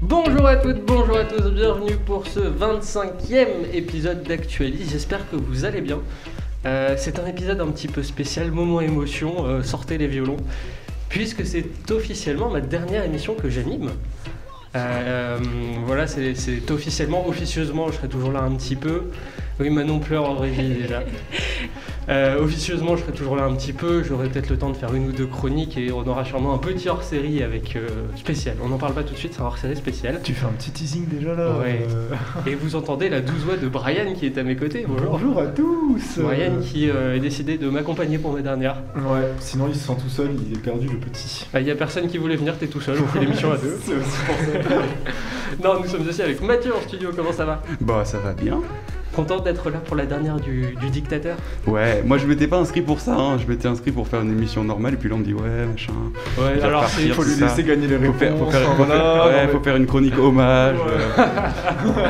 Bonjour à toutes, bonjour à tous, bienvenue pour ce 25e épisode d'Actualis, j'espère que vous allez bien. Euh, c'est un épisode un petit peu spécial, moment émotion, euh, sortez les violons, puisque c'est officiellement ma dernière émission que j'anime. Euh, voilà, c'est- c'est officiellement, officieusement, je serai toujours là un petit peu. Oui, Manon pleure en régie déjà. Euh, officieusement, je serai toujours là un petit peu. J'aurai peut-être le temps de faire une ou deux chroniques et on aura sûrement un petit hors-série avec euh, spécial. On n'en parle pas tout de suite, c'est un hors-série spécial. Tu fais un petit teasing déjà là Ouais. euh, Et vous entendez la douze voix de Brian qui est à mes côtés. Bonjour. Bonjour à tous Brian qui euh, est décidé de m'accompagner pour mes dernières. Ouais, sinon il se sent tout seul, il est perdu le petit. Il n'y Bah, a personne qui voulait venir, t'es tout seul, on fait l'émission à deux. C'est aussi pour ça. Non, nous sommes aussi avec Mathieu en studio, comment ça va Bah ça va bien. Content d'être là pour la dernière du, du dictateur Ouais, moi je m'étais pas inscrit pour ça, hein. je m'étais inscrit pour faire une émission normale et puis là on me dit ouais machin. Ouais, va alors c'est... partir. Faut lui Ça. laisser gagner les Faut réponses. hein, faire, faut faire- faut voilà, faire- ouais, non, faut faire une chronique hommage. euh,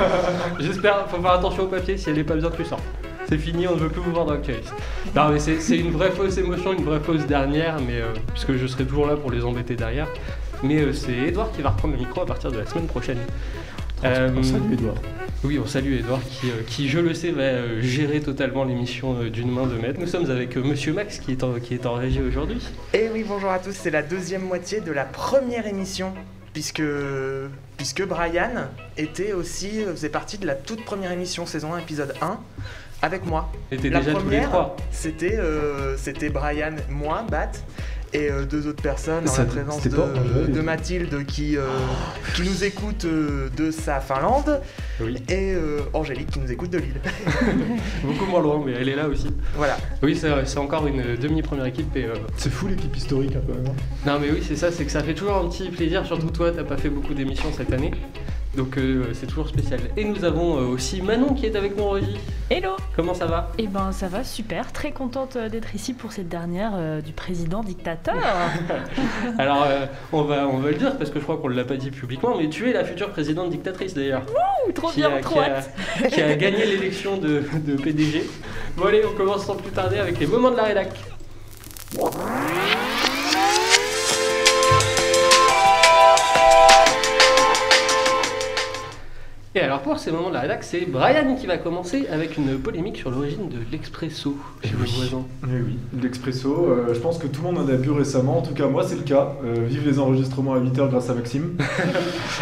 J'espère, faut faire attention au papier, si elle est pas bien, tu sors. C'est fini, on ne veut plus vous voir dans Actualis. Non, mais c'est c'est une vraie fausse émotion, une vraie fausse dernière, mais euh, puisque je serai toujours là pour les embêter derrière. Mais euh, c'est Edouard qui va reprendre le micro à partir de la semaine prochaine. Euh, mais- Salut Edouard. oui, on salue Edouard qui, euh, qui, je le sais, va euh, gérer totalement l'émission euh, d'une main de maître. Nous sommes avec euh, Monsieur Max qui est en, qui est en régie aujourd'hui. Et Eh oui, bonjour à tous, c'est la deuxième moitié de la première émission, puisque, puisque Brian était aussi, euh, faisait partie de la toute première émission, saison 1, épisode 1, avec moi. On était La déjà tous les première, trois. C'était euh, c'était Brian, moi, Bat, et euh, deux autres personnes, en Ça- la présence c'était pas Angèle de, et de tout. Mathilde qui, euh, qui nous écoute euh, de sa Finlande, Oui. et euh, Angélique qui nous écoute de Lille. Beaucoup moins loin, mais elle est là aussi. voilà. Oui, c'est c'est encore une euh, demi-première équipe et euh, C'est fou l'équipe historique hein, quand même. Non mais oui c'est ça, c'est que ça fait toujours un petit plaisir, surtout toi t'as pas fait beaucoup d'émissions cette année, donc euh, c'est toujours spécial. Et nous avons euh, aussi Manon qui est avec nous en régie. Hello Comment ça va Eh ben ça va super, très contente euh, d'être ici pour cette dernière euh, du président dictateur. Alors euh, on, va, on va le dire parce que je crois qu'on l'a pas dit publiquement, mais tu es la future présidente dictatrice d'ailleurs. Ouh, trop qui bien, a- trop qui a- hâte. qui a gagné l'élection de, de PDG. Bon allez, on commence sans plus tarder avec les moments de la rédac. Et alors pour ces moments de la rédac, c'est Brian qui va commencer avec une polémique sur l'origine de l'expresso chez vos Oui. voisins. Mais Eh oui, l'expresso, euh, je pense que tout le monde en a bu récemment, en tout cas moi c'est le cas. Euh, vive les enregistrements à 8h grâce à Maxime.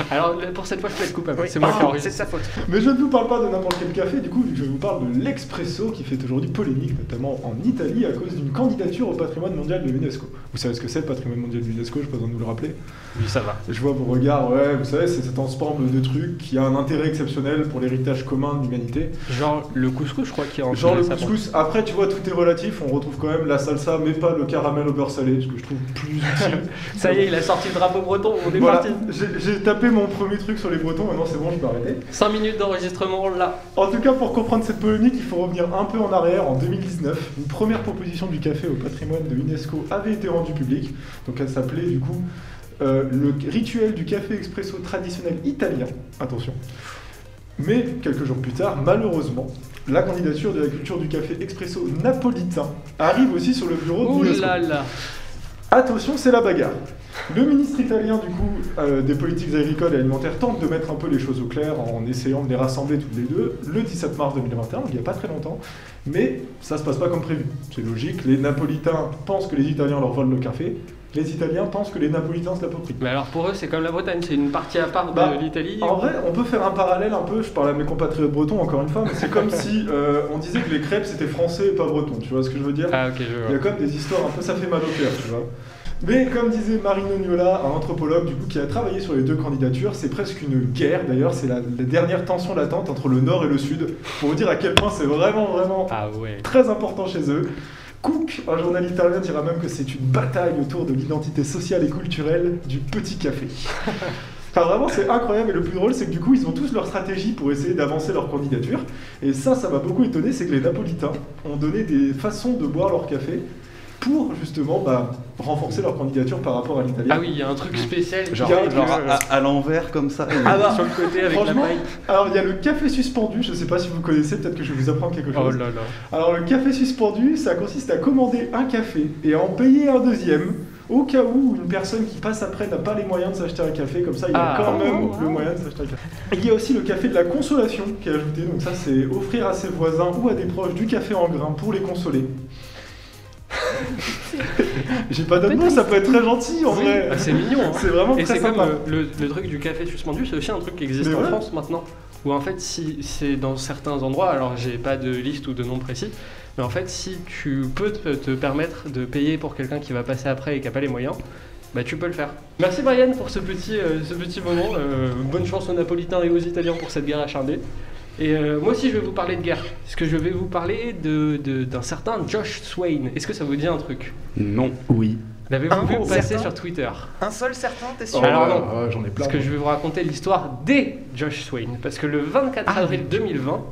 Alors là, pour cette fois, je peux être coupable, Oui. c'est moi qui Ah, enregistre. C'est de sa faute. Mais je ne vous parle pas de n'importe quel café, du coup, je vous parle de l'expresso qui fait aujourd'hui polémique, notamment en Italie, à cause d'une candidature au patrimoine mondial de l'UNESCO. Vous savez ce que c'est le patrimoine mondial de l'UNESCO, je n'ai pas besoin de vous le rappeler. Oui, ça va. Je vois vos regards, ouais, vous savez, c'est cet ensemble de trucs qui a un intérêt exceptionnel pour l'héritage commun de l'humanité. Genre le couscous, je crois qu'il est en Genre le ça, bon. couscous, après, tu vois, tout est relatif, on retrouve quand même la salsa, mais pas le caramel au beurre salé, ce que je trouve plus utile. Ça y est, il a sorti le drapeau breton, on est Voilà, parti. j'ai- j'ai tapé mon premier truc sur les Bretons, maintenant c'est bon, je peux arrêter. 5 minutes d'enregistrement, là. En tout cas, pour comprendre cette polémique, il faut revenir un peu en arrière. En 2019, une première proposition du café au patrimoine de l'UNESCO avait été rendue publique. Donc elle s'appelait du coup euh, le rituel du café expresso traditionnel italien. Attention. Mais quelques jours plus tard, malheureusement, la candidature de la culture du café expresso napolitain arrive aussi sur le bureau Ouh de l'UNESCO. là là Attention, c'est la bagarre. Le ministre italien du coup euh, des politiques agricoles et alimentaires tente de mettre un peu les choses au clair en essayant de les rassembler toutes les deux le 17 mars 2021, donc il n'y a pas très longtemps, mais ça se passe pas comme prévu. C'est logique, les Napolitains pensent que les Italiens leur volent le café, les Italiens pensent que les Napolitains se l'approprient. Mais alors pour eux, c'est comme la Bretagne, c'est une partie à part de Bah, l'Italie. En vrai, on peut faire un parallèle un peu, je parle à mes compatriotes bretons encore une fois, mais c'est comme si euh, on disait que les crêpes c'était français et pas breton, tu vois ce que je veux dire Ah ok, je Il y a vois. comme des histoires un peu, ça fait mal au cœur, tu vois. Mais comme disait Marino Niola, un anthropologue du coup qui a travaillé sur les deux candidatures, c'est presque une guerre d'ailleurs, c'est la, la dernière tension latente entre le nord et le sud, pour vous dire à quel point c'est vraiment vraiment Ah ouais. très important chez eux. Cook, un journal italien, dira même que c'est une bataille autour de l'identité sociale et culturelle du petit café. Enfin, vraiment, c'est incroyable et le plus drôle, c'est que du coup, ils ont tous leur stratégie pour essayer d'avancer leur candidature. Et ça, ça m'a beaucoup étonné, c'est que les Napolitains ont donné des façons de boire leur café pour justement bah, renforcer leur candidature par rapport à l'italien. Ah oui, il y a un truc spécial. qui Genre, fait que- genre à, à- à l'envers comme ça. Ah bah, sur le côté avec la franchement, maille. Alors il y a le café suspendu, je sais pas si vous connaissez, peut-être que je vais vous apprendre quelque chose. Oh là là. Alors le café suspendu, ça consiste à commander un café et à en payer un deuxième au cas où une personne qui passe après n'a pas les moyens de s'acheter un café, comme ça il a Ah, quand oh, même wow. le moyen de s'acheter un café. Et il y a aussi le café de la consolation qui est ajouté, donc ça c'est offrir à ses voisins ou à des proches du café en grain pour les consoler. J'ai pas d'autre mot, ça peut être très gentil en Oui, vrai. bah, c'est mignon. hein. C'est vraiment Et très c'est comme sympa. euh, le, le truc du café suspendu, c'est aussi un truc qui existe Mais en ouais. France maintenant. Où en fait, si c'est dans certains endroits, alors j'ai pas de liste ou de nom précis, mais en fait, si tu peux te, te permettre de payer pour quelqu'un qui va passer après et qui a pas les moyens, bah tu peux le faire. Merci Brian pour ce petit, euh, ce petit moment. Euh, bonne chance aux Napolitains et aux Italiens pour cette guerre acharnée. Et euh, moi aussi, je vais vous parler de guerre. Parce que je vais vous parler de- de- d'un certain Josh Swain. Est-ce que ça vous dit un truc Non. Oui. L'avez-vous Ah, vu oh, passer certain. sur Twitter Un seul certain, t'es sûr Oh. Alors non. ouais, ouais, Ah, j'en ai plein. Parce que je vais vous raconter l'histoire des Josh Swain. Parce que le 24 avril 2020.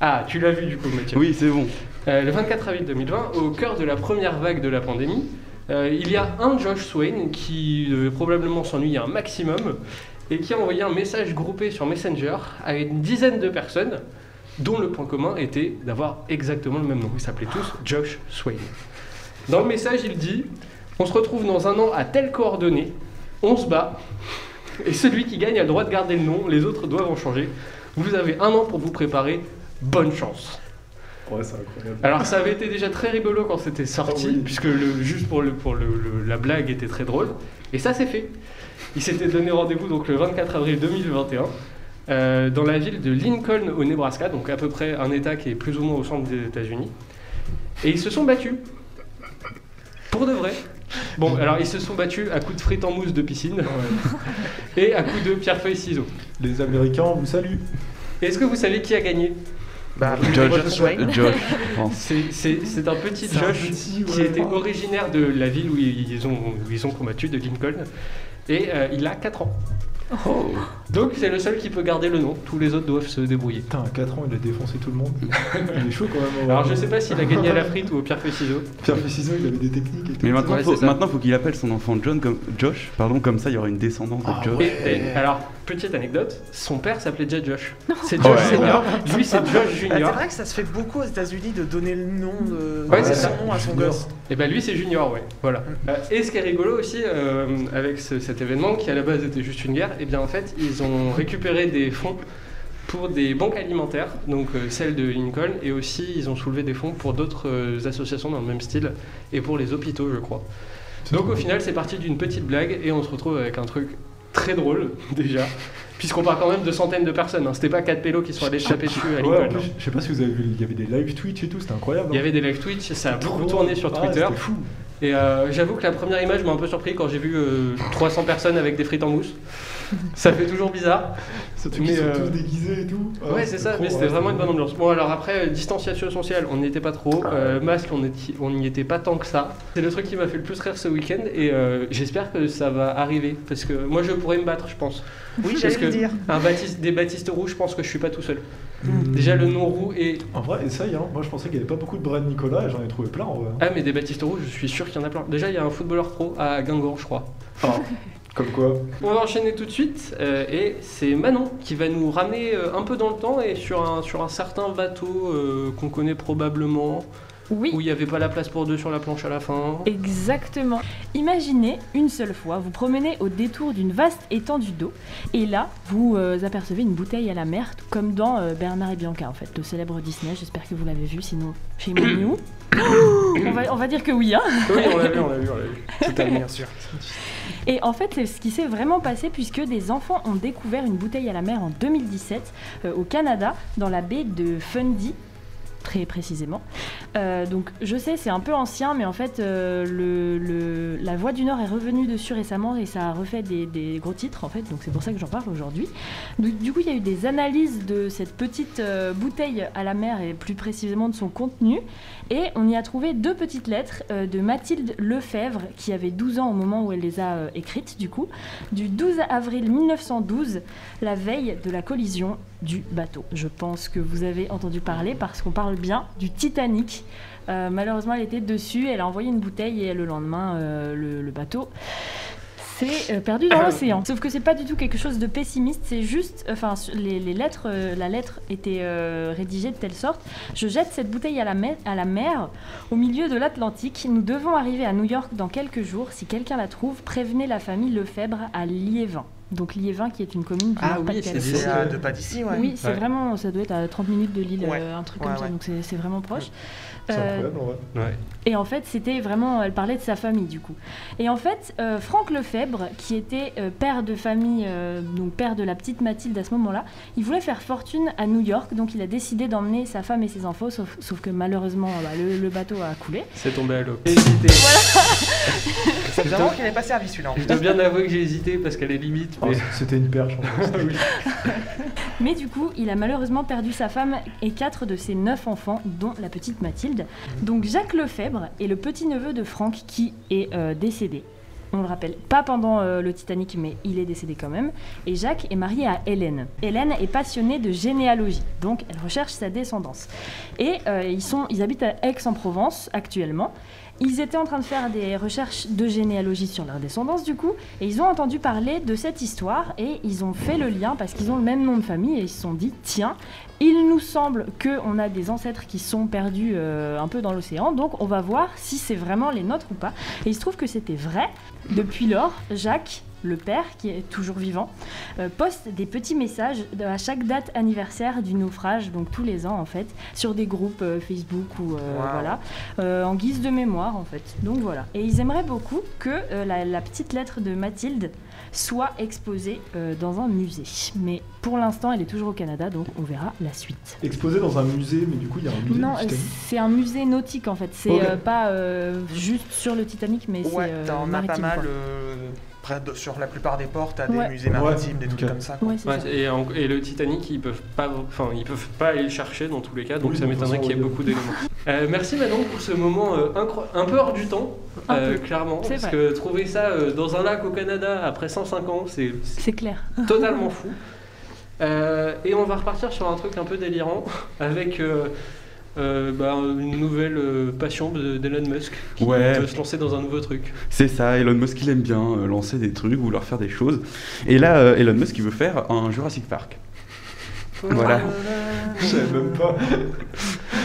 Ah, tu l'as vu du coup, Mathieu. Oui, c'est bon. Euh, le 24 avril 2020, au cœur de la première vague de la pandémie, euh, il y a un Josh Swain qui devait probablement s'ennuyer un maximum et qui a envoyé un message groupé sur Messenger à une dizaine de personnes dont le point commun était d'avoir exactement le même nom. Ils s'appelaient tous Josh Swain. Dans le message, il dit On se retrouve dans un an à telle coordonnée, on se bat, et celui qui gagne a le droit de garder le nom, les autres doivent en changer. Vous avez un an pour vous préparer, bonne chance. Ouais, c'est incroyable. Alors ça avait été déjà très rigolo quand c'était sorti, Ah oui. puisque le, juste pour, le, pour le, le- la blague était très drôle. Et ça c'est fait. Il s'était donné rendez-vous donc le 24 avril 2021 euh, dans la ville de Lincoln au Nebraska, donc à peu près un État qui est plus ou moins au centre des États-Unis. Et ils se sont battus. Pour de vrai. Bon, alors ils se sont battus à coups de frites en mousse de piscine et à coups de pierre-feuille-ciseaux. Les Américains, on vous salue. Est-ce que vous savez qui a gagné Bah, Josh. Josh Wayne. Josh, je pense. C'est- C'est c'est un petit C'est un Josh petit, qui ouais. Oh, était originaire de la ville où ils ont, où ils ont combattu, de Lincoln. Et euh, il a 4 ans. Donc c'est le seul qui peut garder le nom. Tous les autres doivent se débrouiller. Putain, à 4 ans, il a défoncé tout le monde. Il est chaud quand même. Alors je sais pas s'il a gagné à la frite ou au pierre feuille ciseaux. Pierre Fessizo, il avait des techniques et tout. Mais maintenant, Ouais, faut, c'est ça. maintenant, faut qu'il appelle son enfant John comme Josh, pardon, comme ça, il y aura une descendance de Ah, Josh. Et- Ouais. et- alors petite anecdote, son père s'appelait déjà Josh. C'est Ouais. Josh Senior. Lui c'est Josh Ah, c'est Junior. vrai que ça se fait beaucoup aux États-Unis de donner le nom de Ouais, de c'est son ça. nom à son Junior. gosse. Et ben lui c'est Junior, ouais. Voilà. Mm. Euh, et ce qui est rigolo aussi euh, avec ce- cet événement qui à la base était juste une guerre, et bien en fait ils ont récupéré des fonds pour des banques alimentaires, donc euh, celle de Lincoln, et aussi ils ont soulevé des fonds pour d'autres euh, associations dans le même style et pour les hôpitaux, je crois. Donc au final c'est parti d'une petite blague et on se retrouve avec un truc très drôle déjà, puisqu'on parle quand même de centaines de personnes. Hein. C'était pas quatre pélos qui sont allés se taper dessus à Ouais, en Lincoln. hein. plus, je sais pas si vous avez vu, il y avait des live Twitch et tout, c'était incroyable. hein. Il y avait des live Twitch, ça a beaucoup tourné sur Ah, Twitter. c'était fou. Et euh, j'avoue que la première image m'a un peu surpris quand j'ai vu euh, 300 personnes avec des frites en mousse. Ça fait toujours bizarre. Surtout Mais, qu'ils sont euh, tous déguisés et tout. Ah, ouais, c'est ça, trop mais c'était drôle. vraiment une bonne ambiance. Bon, alors après, euh, distanciation sociale, on n'y était pas trop. Euh, masque, on était- on n'y était pas tant que ça. C'est le truc qui m'a fait le plus rire ce week-end et euh, j'espère que ça va arriver. Parce que moi, je pourrais me battre, je pense. Oui, Parce j'allais que- le dire. Un Baptiste, des Baptistes roux, je pense que je suis pas tout seul. Mmh. Déjà, le nom roux et. En vrai, essaye, hein. Moi, je pensais qu'il n'y avait pas beaucoup de Brad Nicolas et j'en ai trouvé plein en vrai. hein. Ah, mais des Baptistes roux, je suis sûr qu'il y en a plein. Déjà, il y a un footballeur pro à Guingamp, je crois. Comme quoi. On va enchaîner tout de suite euh, et c'est Manon qui va nous ramener euh, un peu dans le temps et sur un, sur un certain bateau euh, qu'on connaît probablement, Oui. où il n'y avait pas la place pour deux sur la planche à la fin. Exactement. Imaginez une seule fois, vous promenez au détour d'une vaste étendue d'eau, et là, vous euh, apercevez une bouteille à la mer, tout comme dans euh, Bernard et Bianca, en fait, le célèbre Disney. J'espère que vous l'avez vu, sinon chez Mignou. on, va, on va dire que oui, hein. Oui, on l'a vu, on l'a vu, on l'a vu. Totalement, bien sûr. Et en fait, c'est ce qui s'est vraiment passé puisque des enfants ont découvert une bouteille à la mer en 2017 euh, au Canada, dans la baie de Fundy. Très précisément. Euh, donc, je sais, c'est un peu ancien, mais en fait, euh, le, le- la Voix du Nord est revenue dessus récemment et ça a refait des, des gros titres, en fait. Donc, c'est pour ça que j'en parle aujourd'hui. Donc, du coup, il y a eu des analyses de cette petite euh, bouteille à la mer et plus précisément de son contenu. Et on y a trouvé deux petites lettres euh, de Mathilde Lefebvre, qui avait 12 ans au moment où elle les a euh, écrites, du coup, du 12 avril 1912, la veille de la collision du bateau. Je pense que vous avez entendu parler parce qu'on parle parle bien du Titanic. Euh, malheureusement, elle était dessus, elle a envoyé une bouteille et le lendemain, euh, le, le bateau s'est euh, perdu Ah. dans l'océan. Sauf que c'est pas du tout quelque chose de pessimiste, c'est juste, enfin, su- les, les lettres, euh, la lettre était euh, rédigée de telle sorte je jette cette bouteille à la, mer, à la mer, au milieu de l'Atlantique. Nous devons arriver à New York dans quelques jours. Si quelqu'un la trouve, prévenez la famille Lefebvre à Liévin. Donc Liévin, qui est une commune du Ah oui, Pas-de-Calais. c'est C'est ça. à deux pas d'ici, ouais. Oui, c'est Ouais. vraiment, ça doit être à 30 minutes de Lille, Ouais. euh, un truc Ouais, comme ça, ouais. donc c'est c'est vraiment proche. C'est Euh, incroyable en vrai. Ouais. et en fait, c'était vraiment, elle parlait de sa famille du coup. Et en fait, euh, Franck Lefebvre, qui était euh, père de famille, euh, donc père de la petite Mathilde à ce moment-là, il voulait faire fortune à New York, donc il a décidé d'emmener sa femme et ses enfants, sauf, sauf que malheureusement, bah, le, le bateau a coulé. C'est tombé à l'eau. C'est vraiment qu'il n'est pas servi celui-là. en Je fait. dois bien avouer que j'ai hésité parce qu'elle est limite, Ah, mais C'était une perche. en fait. Mais du coup, il a malheureusement perdu sa femme et quatre de ses neuf enfants, dont la petite Mathilde. Donc Jacques Lefebvre est le petit-neveu de Franck qui est euh, décédé. On le rappelle, pas pendant euh, le Titanic, mais il est décédé quand même. Et Jacques est marié à Hélène. Hélène est passionnée de généalogie, donc elle recherche sa descendance. Et euh, ils, sont, ils habitent à Aix-en-Provence actuellement. Ils étaient en train de faire des recherches de généalogie sur leur descendance, du coup, et ils ont entendu parler de cette histoire et ils ont fait le lien parce qu'ils ont le même nom de famille et ils se sont dit tiens, il nous semble qu'on a des ancêtres qui sont perdus euh, un peu dans l'océan, donc on va voir si c'est vraiment les nôtres ou pas. Et il se trouve que c'était vrai. Depuis lors, Jacques, le père, qui est toujours vivant, euh, poste des petits messages de- à chaque date anniversaire du naufrage, donc tous les ans en fait, sur des groupes euh, Facebook ou euh, Wow. voilà, euh, en guise de mémoire en fait. Donc voilà. Et ils aimeraient beaucoup que euh, la, la petite lettre de Mathilde soit exposée euh, dans un musée. Mais pour l'instant, elle est toujours au Canada, donc on verra la suite. Exposé dans un musée, mais du coup, il y a un musée Non, du euh, Titanic. c'est un musée nautique en fait. C'est Ok. euh, pas euh, juste sur le Titanic, mais Ouais, c'est euh, t'en as pas maritime, mal quoi. euh, près de- sur la plupart des portes, t'as des Ouais. musées Ouais, maritimes, des trucs ok. comme ça. quoi. Ouais, c'est ça. Ouais, et, en- et le Titanic, ils peuvent pas, enfin, ils peuvent pas aller le chercher dans tous les cas, donc Oui, ça de toute m'étonnerait façon, qu'il y ait oui. beaucoup d'éléments. Euh, merci Manon pour ce moment euh, incro- un peu hors du temps, Un euh, peu. clairement, C'est parce vrai. que trouver ça euh, dans un lac au Canada après 105 ans, c'est C'est clair. totalement fou. Euh, et on va repartir sur un truc un peu délirant avec euh, euh, bah, une nouvelle euh, passion de- d'Elon Musk qui Ouais. veut se lancer dans un nouveau truc. C'est ça, Elon Musk il aime bien euh, lancer des trucs, vouloir faire des choses. Et là, euh, Elon Musk il veut faire un Jurassic Park. Voilà. Je savais même pas.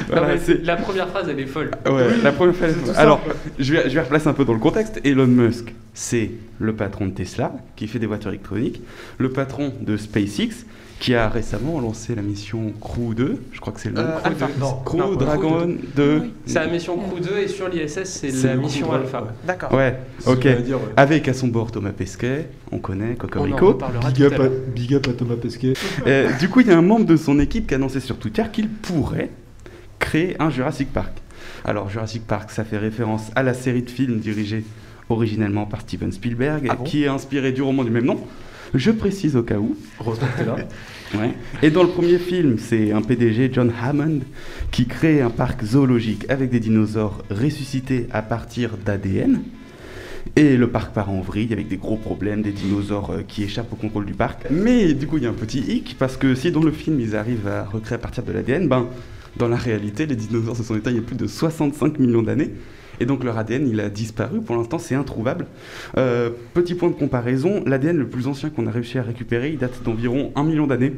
Voilà, Non, Ah mais c'est- la première phrase, elle est folle. ouais, la première fois. C'est tout Alors, simple. je vais, je vais replacer un peu dans le contexte. Elon Musk, c'est le patron de Tesla qui fait des voitures électroniques, le patron de SpaceX qui a récemment lancé la mission Crew 2, je crois que c'est le nom. Euh, Crew Alpha. 2. Non, Crew non, Dragon 2. Oui. C'est la mission Crew 2 et sur l'ISS, c'est C'est la le mission Crew, ouais. Alpha. D'accord. Ouais, C'est ce ok. que j'allais dire, ouais. Avec à son bord Thomas Pesquet, on connaît, On en Cocorico. reparlera Big tout à up, à, l'heure. big up à Thomas Pesquet. Euh, du coup, il y a un membre de son équipe qui a annoncé sur Twitter qu'il pourrait créer un Jurassic Park. Alors, Jurassic Park, ça fait référence à la série de films dirigée originellement par Steven Spielberg, Ah bon qui est inspirée du roman du même nom. Je précise au cas où. Heureusement que t'es là. Ouais. Et dans le premier film, c'est un PDG, John Hammond, qui crée un parc zoologique avec des dinosaures ressuscités à partir d'ADN. Et le parc part en vrille avec des gros problèmes, des dinosaures euh, qui échappent au contrôle du parc. Mais du coup, il y a un petit hic parce que si dans le film ils arrivent à recréer à partir de l'ADN, ben dans la réalité, les dinosaures se sont éteints il y a plus de 65 millions d'années. Et donc leur ADN, il a disparu. Pour l'instant, c'est introuvable. Euh, petit point de comparaison, l'ADN le plus ancien qu'on a réussi à récupérer, il date d'environ 1 million d'années.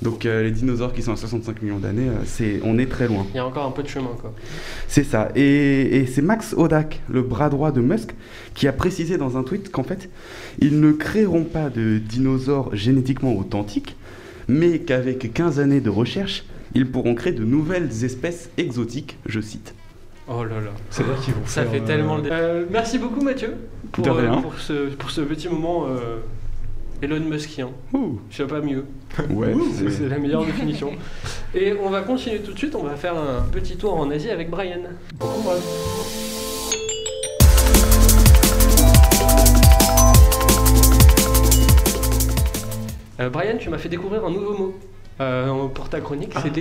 Donc euh, les dinosaures qui sont à 65 millions d'années, euh, c'est, on est très loin. Il y a encore un peu de chemin, quoi. C'est ça. Et, et c'est Max Odak, le bras droit de Musk, qui a précisé dans un tweet qu'en fait, ils ne créeront pas de dinosaures génétiquement authentiques, mais qu'avec 15 années de recherche, ils pourront créer de nouvelles espèces exotiques, je cite. Oh là là. C'est-à-dire qu'ils vont Ça faire, fait euh, tellement le dé- Euh, Merci beaucoup, Mathieu, pour, De rien. euh, pour, ce, pour ce petit moment euh, Elon Muskien. euh, Ouh, Je sais pas mieux. ouais, C'est c'est- c'est la meilleure définition. Et on va continuer tout de suite. On va faire un petit tour en Asie avec Brian. Bon courage. Euh, Brian, tu m'as fait découvrir un nouveau mot. euh, pour ta chronique, Ah. c'est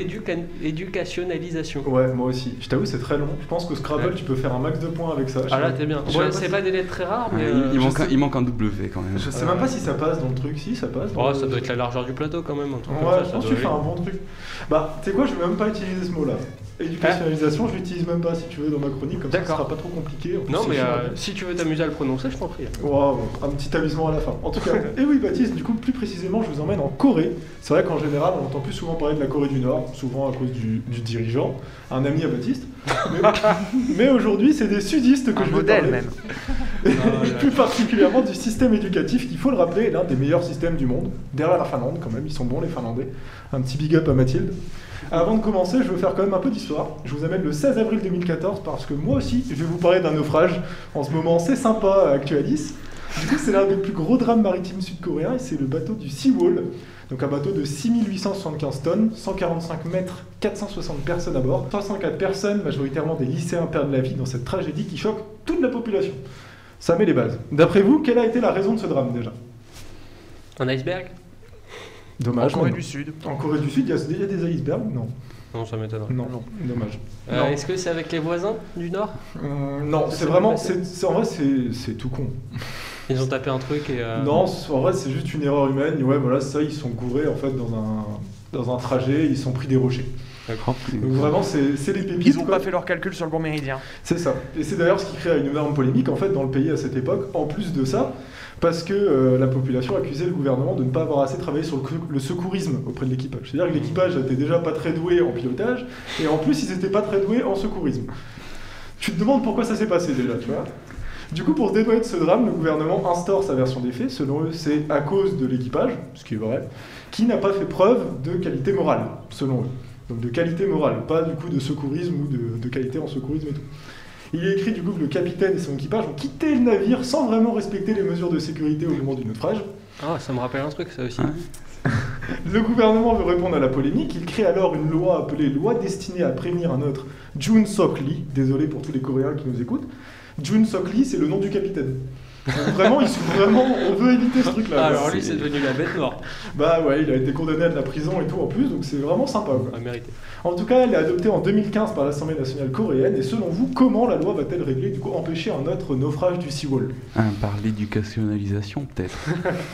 l'éducationnalisation. Ouais, moi aussi. Je t'avoue, c'est très long. Je pense que Scrabble, Ouais. tu peux faire un max de points avec ça. Je Ah là, sais t'es bien. je sais Ouais, même pas c'est si- pas des lettres très rares, mais. Ouais, euh, il, il je manque sais- un, il manque un W quand même. Je sais même pas si ça passe dans le truc. Si, ça passe. dans Oh, le- ça doit être la largeur du plateau quand même. un truc Ouais, comme ça, je ça pense que doit tu fais aller. un bon truc. Bah, tu sais quoi, je vais même pas utiliser ce mot-là. Éducationnalisation, je l'utilise même pas si tu veux dans ma chronique, comme ça, ce Hein D'accord. sera pas trop compliqué. En plus, Non, c'est mais chiant. euh, si tu veux t'amuser à le prononcer, je t'en prie. Wow, un petit amusement à la fin. En tout cas, et oui Baptiste, du coup plus précisément je vous emmène en Corée. C'est vrai qu'en général on entend plus souvent parler de la Corée du Nord, souvent à cause du, du dirigeant, un ami à Baptiste. Mais, mais aujourd'hui c'est des sudistes que Un je veux modèle parler. même. Et plus particulièrement du système éducatif qui, il faut le rappeler, est l'un des meilleurs systèmes du monde. Derrière la Finlande quand même, ils sont bons les Finlandais. Un petit big up à Mathilde. Avant de commencer, je veux faire quand même un peu d'histoire. Je vous amène le 16 avril 2014 parce que moi aussi, je vais vous parler d'un naufrage. En ce moment, c'est sympa, à Actualis. Du coup, c'est l'un des plus gros drames maritimes sud-coréens et c'est le bateau du Seawall. Donc un bateau de 6875 tonnes, 145 mètres, 460 personnes à bord. 304 personnes, majoritairement des lycéens, perdent la vie dans cette tragédie qui choque toute la population. Ça met les bases. D'après vous, quelle a été la raison de ce drame déjà Un iceberg Dommage. En Corée du Sud. En Corée du Sud, il y a il y a des icebergs Non. Non, ça m'étonnerait. Non, non. Dommage. Euh, Non. Est-ce que c'est avec les voisins du Nord Euh, non, Ça c'est m'est vraiment. passé. c'est- c'est- en vrai, c'est c'est tout con. Ils ont tapé un truc et. euh, Non, c'est- en vrai, c'est juste une erreur humaine. Ouais, voilà, ça, ils sont gourés en fait dans un, dans un trajet, ils sont pris des rochers. Oh, putain. Donc vraiment, c'est c'est les pépites. Ils n'ont quoi. pas fait leur calcul sur le bon méridien. C'est ça. Et c'est d'ailleurs ce qui crée une énorme polémique en fait dans le pays à cette époque, en plus de ça, parce que euh, la population accusait le gouvernement de ne pas avoir assez travaillé sur le, cou- le secourisme auprès de l'équipage. C'est-à-dire que l'équipage n'était déjà pas très doué en pilotage, et en plus ils n'étaient pas très doués en secourisme. Tu te demandes pourquoi ça s'est passé déjà, tu vois du coup, pour se dédouaner de ce drame, le gouvernement instaure sa version des faits. Selon eux, c'est à cause de l'équipage, ce qui est vrai, qui n'a pas fait preuve de qualité morale, selon eux. Donc de qualité morale, pas du coup de secourisme ou de, de qualité en secourisme et tout. Il est écrit du coup que le capitaine et son équipage ont quitté le navire sans vraiment respecter les mesures de sécurité au moment du naufrage. Ah, ça me rappelle un truc, ça Ah, aussi. Ah, Hein Le gouvernement veut répondre à la polémique. Il crée alors une loi appelée Loi destinée à prévenir un autre, Jun Sok Lee. Désolé pour tous les Coréens qui nous écoutent. Jun Sok Lee, c'est le nom du capitaine. Donc vraiment, ils sont vraiment, on veut éviter ce truc-là. Ah, alors bah, C'est- lui, c'est devenu la bête noire. Bah ouais, il a été condamné à de la prison et tout en plus, donc c'est vraiment sympa. quoi. Ah, mérité. En tout cas, elle est adoptée en 2015 par l'Assemblée nationale coréenne. Et selon vous, comment la loi va-t-elle régler, du coup, empêcher un autre naufrage du Seawall Ah, par l'éducationnalisation peut-être.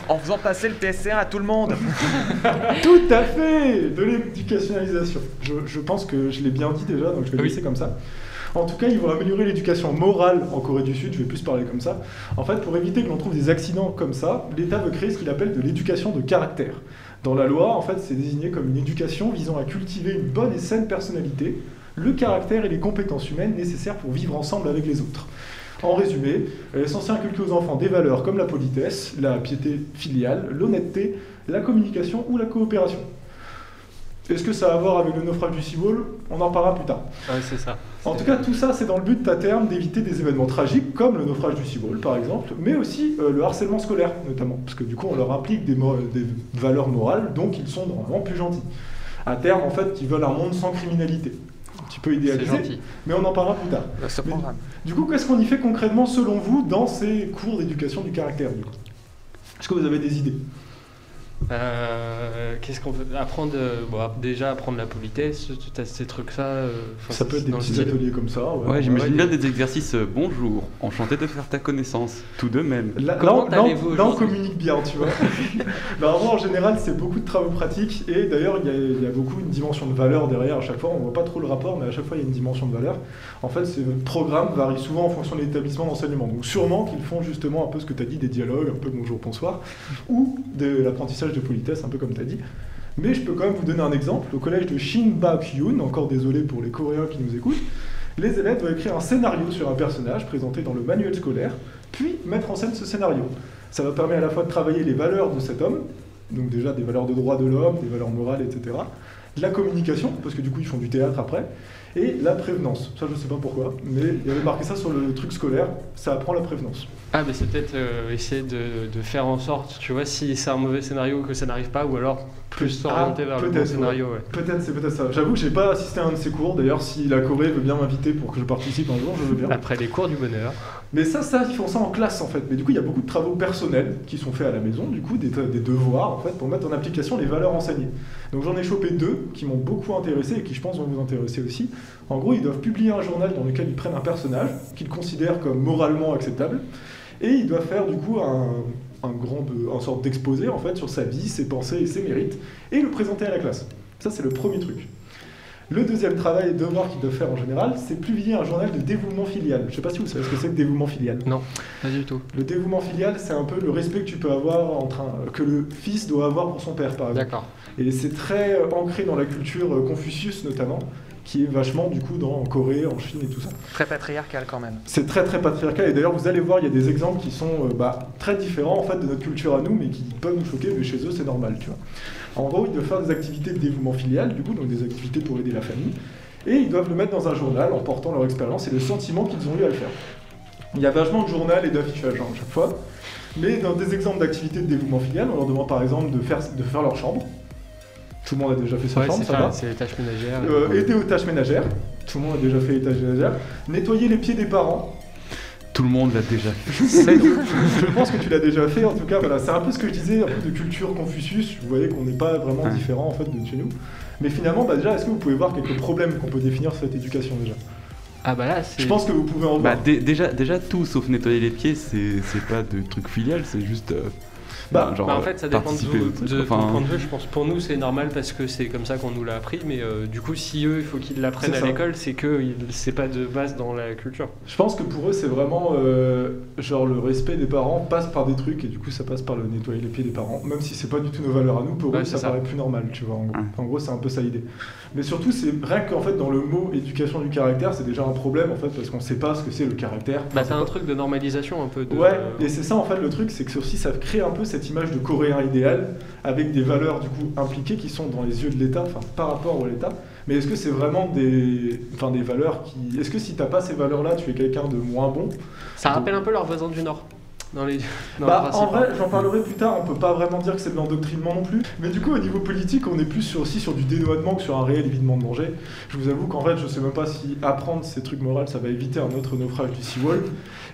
En faisant passer le TSR à tout le monde. Tout à fait De l'éducationnalisation. Je, je pense que je l'ai bien dit déjà, donc je vais Oui. laisser comme ça. En tout cas, ils vont améliorer l'éducation morale en Corée du Sud, je vais plus parler comme ça. En fait, pour éviter que l'on trouve des accidents comme ça, l'État veut créer ce qu'il appelle de l'éducation de caractère. Dans la loi, en fait, c'est désigné comme une éducation visant à cultiver une bonne et saine personnalité, le caractère et les compétences humaines nécessaires pour vivre ensemble avec les autres. En résumé, elle est censée inculquer aux enfants des valeurs comme la politesse, la piété filiale, l'honnêteté, la communication ou la coopération. Est-ce que ça a à voir avec le naufrage du Seawall On en reparlera plus tard. Ouais, c'est ça. En C'est- tout cas, tout ça, c'est dans le but à terme d'éviter des événements tragiques comme le naufrage du Seawall, par exemple, mais aussi euh, le harcèlement scolaire, notamment, parce que du coup, on leur implique des, mo- des valeurs morales, donc ils sont normalement plus gentils. À terme, en fait, ils veulent un monde sans criminalité. Un petit peu c'est idéalisé, gentil. mais on en parlera plus tard. Euh, Ce programme. Du coup, qu'est-ce qu'on y fait concrètement, selon vous, dans ces cours d'éducation du caractère du coup Est-ce que vous avez des idées Euh, Qu'est-ce qu'on peut apprendre euh, bon, Déjà apprendre la politesse, tout à ces trucs-là. euh, enfin, Ça peut c'est être des dans le petits style. ateliers comme ça. Ouais, j'imagine bien des exercices. euh, bonjour, enchanté de faire ta connaissance, tout de même. Là, Comment là, on- là, on- allez-vous là, on aujourd'hui communique bien, tu vois. Bah, vraiment, en général, c'est beaucoup de travaux pratiques et d'ailleurs, il y, a- il y a beaucoup une dimension de valeur derrière à chaque fois. On voit pas trop le rapport, mais à chaque fois, il y a une dimension de valeur. En fait, ce programme varie souvent en fonction de l'établissement d'enseignement. Donc, sûrement qu'ils font justement un peu ce que tu as dit, des dialogues, un peu bonjour, bonsoir, ou de l'apprentissage de politesse, un peu comme tu as dit. Mais je peux quand même vous donner un exemple. Au collège de Shinbakyun, encore désolé pour les Coréens qui nous écoutent, les élèves doivent écrire un scénario sur un personnage présenté dans le manuel scolaire, puis mettre en scène ce scénario. Ça va permettre à la fois de travailler les valeurs de cet homme, donc déjà des valeurs de droit de l'homme, des valeurs morales, etc. De la communication, parce que du coup ils font du théâtre après, et la prévenance. Ça je sais pas pourquoi, mais il y avait marqué ça sur le truc scolaire, ça apprend la prévenance. Ah, mais c'est peut-être euh, essayer de, de faire en sorte, tu vois, si c'est un mauvais scénario que ça n'arrive pas, ou alors plus s'orienter Ah, vers le bon peut-être, scénario. ouais. Peut-être, c'est peut-être ça. J'avoue que j'ai pas assisté à un de ces cours, d'ailleurs si la Corée veut bien m'inviter pour que je participe un jour, je veux bien. Après les cours du bonheur. Mais ça, ça, ils font ça en classe en fait. Mais du coup, il y a beaucoup de travaux personnels qui sont faits à la maison, du coup, des, des devoirs en fait, pour mettre en application les valeurs enseignées. Donc j'en ai chopé deux qui m'ont beaucoup intéressé et qui je pense vont vous intéresser aussi. En gros, ils doivent publier un journal dans lequel ils prennent un personnage qu'ils considèrent comme moralement acceptable et ils doivent faire du coup un, un grand, un sorte d'exposé en fait sur sa vie, ses pensées et ses mérites et le présenter à la classe. Ça, c'est le premier truc. Le deuxième travail et devoir qu'ils doivent faire en général, c'est publier un journal de dévouement filial. Je ne sais pas si vous savez ce que c'est que dévouement filial. Non, pas du tout. Le dévouement filial, c'est un peu le respect que tu peux avoir entre un- que le fils doit avoir pour son père, par exemple. D'accord. Et c'est très euh, ancré dans la culture euh, Confucius notamment, qui est vachement du coup dans en Corée, en Chine et tout ça. Très patriarcal quand même. C'est très très patriarcal et d'ailleurs vous allez voir il y a des exemples qui sont euh, bah, très différents en fait de notre culture à nous mais qui peuvent nous choquer mais chez eux c'est normal tu vois. En gros ils doivent faire des activités de dévouement filial du coup donc des activités pour aider la famille et ils doivent le mettre dans un journal en portant leur expérience et le sentiment qu'ils ont eu à le faire. Il y a vachement de journal et d'affichage hein, à chaque fois mais dans des exemples d'activités de dévouement filial on leur demande par exemple de faire, de faire leur chambre. Tout le monde a déjà fait sa Ouais, chambre, c'est ça ça, va c'est les tâches ménagères. euh, aider aux tâches ménagères. Tout le monde a déjà fait les tâches ménagères. Nettoyer les pieds des parents. Tout le monde l'a déjà fait. je pense que tu l'as déjà fait. En tout cas, voilà, c'est un peu ce que je disais, un peu de culture Confucius. Vous voyez qu'on n'est pas vraiment Ouais. différent en fait de chez nous. Mais finalement, bah, déjà, est-ce que vous pouvez voir quelques problèmes qu'on peut définir sur cette éducation déjà Ah bah là, c'est. Je pense que vous pouvez en Bah, voir. dé- déjà, déjà tout sauf nettoyer les pieds, c'est c'est pas de truc filial, c'est juste. euh, Bah, genre, Bah, en fait, ça euh, dépend de, participer vous- au truc, de enfin, ton point de vue. Je pense pour nous, c'est normal parce que c'est comme ça qu'on nous l'a appris. Mais euh, du coup, si eux, il faut qu'ils l'apprennent C'est à ça. l'école, c'est Bah, que ils- c'est pas de base dans la culture. Je pense que pour eux, c'est vraiment euh, genre le respect des parents passe par des trucs et du coup, ça passe par le nettoyer les pieds des parents. Même si c'est pas du tout nos valeurs à nous, pour Ouais, eux, c'est ça, ça. paraît plus normal, tu vois. En gros, Ouais. En gros, c'est un peu ça l'idée. Mais surtout, c'est vrai qu'en fait, dans le mot éducation du caractère, c'est déjà un problème en fait parce qu'on sait pas ce que c'est le caractère. Bah, Enfin, t'as un truc de normalisation un peu. De, euh, Ouais, et c'est ça en fait le truc, c'est que ça aussi ça crée un peu cette image de coréen idéal avec des valeurs du coup impliquées qui sont dans les yeux de l'État, enfin par rapport à l'État. Mais est-ce que c'est vraiment des, enfin, des valeurs qui. Est-ce que si t'as pas ces valeurs-là, tu es quelqu'un de moins bon Ça rappelle un peu leurs voisins du Nord. Dans les. dans le Bah, en principe. hein. vrai, j'en parlerai plus tard, on peut pas vraiment dire que c'est de l'endoctrinement non plus. Mais du coup, au niveau politique, on est plus sur- aussi sur du dénoûment que sur un réel évitement de danger. Je vous avoue qu'en fait, je sais même pas si apprendre ces trucs moraux, ça va éviter un autre naufrage du Seawall.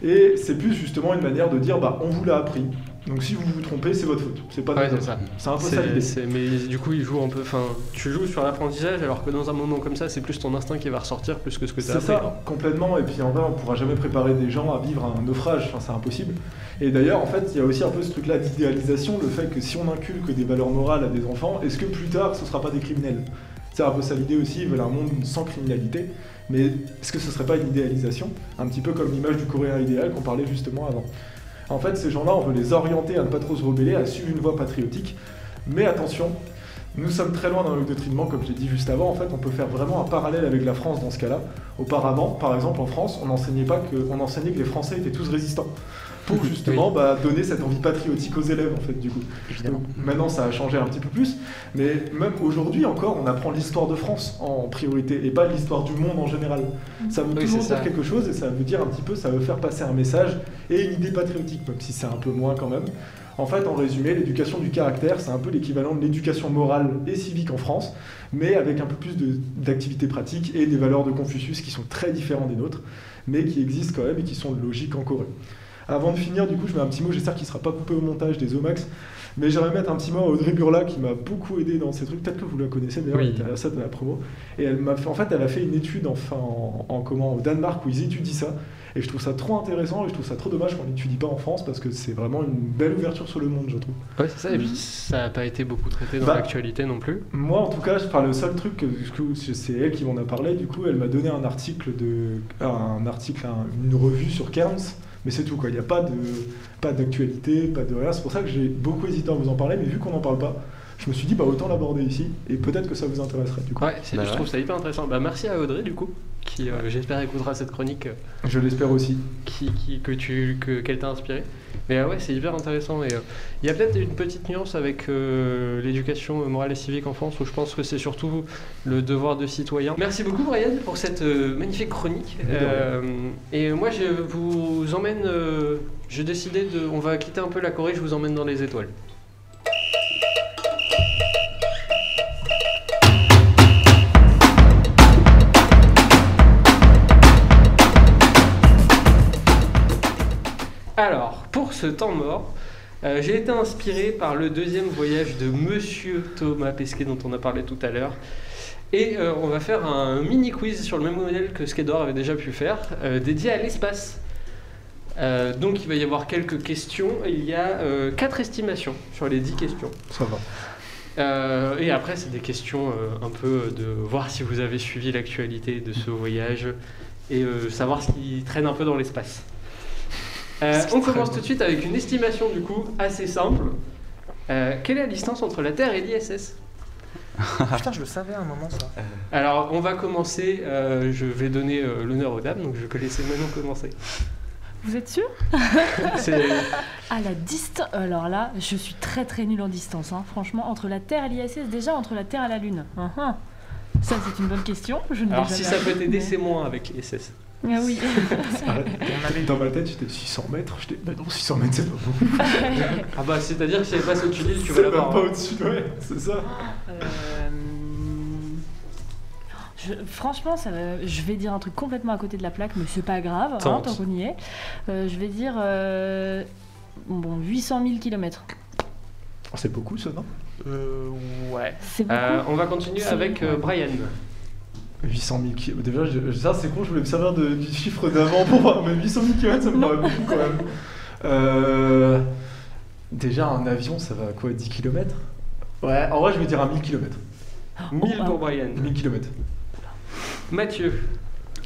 Et c'est plus justement une manière de dire, bah, on vous l'a appris. Donc si vous vous trompez, c'est votre faute. C'est pas de Ouais, notre c'est ça. faute. C'est un peu ça C'est- l'idée. c'est- mais du coup, ils jouent un peu. Enfin, tu joues sur l'apprentissage, alors que dans un moment comme ça, c'est plus ton instinct qui va ressortir plus que ce que t'as C'est appris. ça, complètement. Et puis en vrai, on pourra jamais préparer des gens à vivre un naufrage. Enfin, c'est impossible. Et d'ailleurs, en fait, il y a aussi un peu ce truc-là d'idéalisation, le fait que si on inculque des valeurs morales à des enfants, est-ce que plus tard, ce sera pas des criminels C'est un peu ça l'idée aussi. Ils veulent un monde sans criminalité. Mais est-ce que ce serait pas une idéalisation Un petit peu comme l'image du coréen idéal qu'on parlait justement avant. En fait, ces gens-là, on veut les orienter à ne pas trop se rebeller, à suivre une voie patriotique. Mais attention, nous sommes très loin d'un endoctrinement, comme j'ai dit juste avant. En fait, on peut faire vraiment un parallèle avec la France dans ce cas-là. Auparavant, par exemple, en France, on n'enseignait pas que, on enseignait que les Français étaient tous résistants. Pour justement bah, donner cette envie patriotique aux élèves, en fait, du coup. Évidemment. Donc, maintenant, ça a changé un petit peu plus. Mais même aujourd'hui encore, on apprend l'histoire de France en priorité et pas l'histoire du monde en général. Ça veut Oui, toujours c'est dire ça. quelque chose et ça veut dire un petit peu, ça veut faire passer un message et une idée patriotique, même si c'est un peu moins quand même. En fait, en résumé, l'éducation du caractère, c'est un peu l'équivalent de l'éducation morale et civique en France, mais avec un peu plus de- d'activités pratiques et des valeurs de Confucius qui sont très différentes des nôtres, mais qui existent quand même et qui sont logiques en Corée. Avant de finir, du coup, je mets un petit mot, j'espère qu'il ne sera pas coupé au montage des Omax, mais j'aimerais mettre un petit mot à Audrey Burla qui m'a beaucoup aidé dans ces trucs, peut-être que vous la connaissez d'ailleurs, Oui. elle était à la salle de la promo, et elle m'a fait, en fait, elle a fait une étude enfin, en, en comment, au Danemark où ils étudient ça, et je trouve ça trop intéressant et je trouve ça trop dommage qu'on l'étudie pas en France parce que c'est vraiment une belle ouverture sur le monde, je trouve. Ouais, c'est ça. Et puis, ça a pas été beaucoup traité dans Bah. l'actualité non plus. Moi, en tout cas, je- enfin, le seul truc, que, du coup, c'est c'est elle qui m'en a parlé. Du coup, elle m'a donné un article de, un article, un- une revue sur Cairns, mais c'est tout quoi. Il n'y a pas de, pas d'actualité, pas de rien. C'est pour ça que j'ai beaucoup hésité à vous en parler, mais vu qu'on n'en parle pas, je me suis dit bah autant l'aborder ici et peut-être que ça vous intéresserait. Du coup, Ouais, c'est- Bah je ouais. trouve ça hyper intéressant. Bah, merci à Audrey, du coup, qui euh, j'espère écoutera cette chronique euh, je l'espère aussi. qui, qui- que tu que, qu'elle t'a inspiré. Mais euh, ouais, c'est hyper intéressant. Et euh, il y a peut-être une petite nuance avec euh, l'éducation morale et civique en France, où je pense que c'est surtout le devoir de citoyen. Merci beaucoup, Brian, pour cette euh, magnifique chronique. De rien. Euh, et moi, je vous emmène. euh, J'ai décidé de. On va quitter un peu la Corée. Je vous emmène dans les étoiles. Alors, pour ce temps mort, euh, j'ai été inspiré par le deuxième voyage de Monsieur Thomas Pesquet dont on a parlé tout à l'heure. Et euh, on va faire un mini quiz sur le même modèle que Skedor avait déjà pu faire, euh, dédié à l'espace. Euh, donc il va y avoir quelques questions. Il y a euh, quatre estimations sur les 10 questions. Ça va. Euh, et après, c'est des questions euh, un peu euh, de voir si vous avez suivi l'actualité de ce voyage et euh, savoir ce qui traîne un peu dans l'espace. Euh, on commence tout de suite avec une estimation du coup assez simple. Euh, quelle est la distance entre la Terre et l'ISS Putain, je le savais à un moment ça. Alors, on va commencer. euh, je vais donner euh, l'honneur aux dames, donc je vais laisser Manon commencer. Vous êtes sûr C'est- À la distance. Alors là, je suis très très nulle en distance, hein. franchement. Entre la Terre et l'ISS, déjà entre la Terre et la Lune. Hein, hein. Ça, c'est une bonne question. Je ne Alors, l'ai si ça jamais peut t'aider, mais- c'est moins avec l'ISS. Ah oui. Arrête. On avait- Dans ma tête, j'étais 600 mètres. J'étais, bah non, 600 mètres, c'est pas bon. Ah bah, c'est-à-dire que si elle passe au-dessus de l'île, tu vas C'est même l'avoir. hein. pas au-dessus, ouais, c'est ça. Euh, je- franchement, ça va- je vais dire un truc complètement à côté de la plaque, mais c'est pas grave, hein, Tente. tant qu'on y est. Euh, je vais dire euh, bon, 800 000 km. Oh, C'est beaucoup, ça, non Euh, ouais. C'est beaucoup. Euh, on va continuer C'est- avec euh, Brian. 800 000 km. Déjà, je- ça, c'est con, je voulais me servir de- du chiffre d'avant pour voir. Mais 800 000 km, ça me paraît beaucoup quand même. Euh, déjà, un avion, ça va à quoi 10 km Ouais, en vrai, je vais dire un 1000 km. 1000 wow. pour Brian. 1000 km. Mathieu.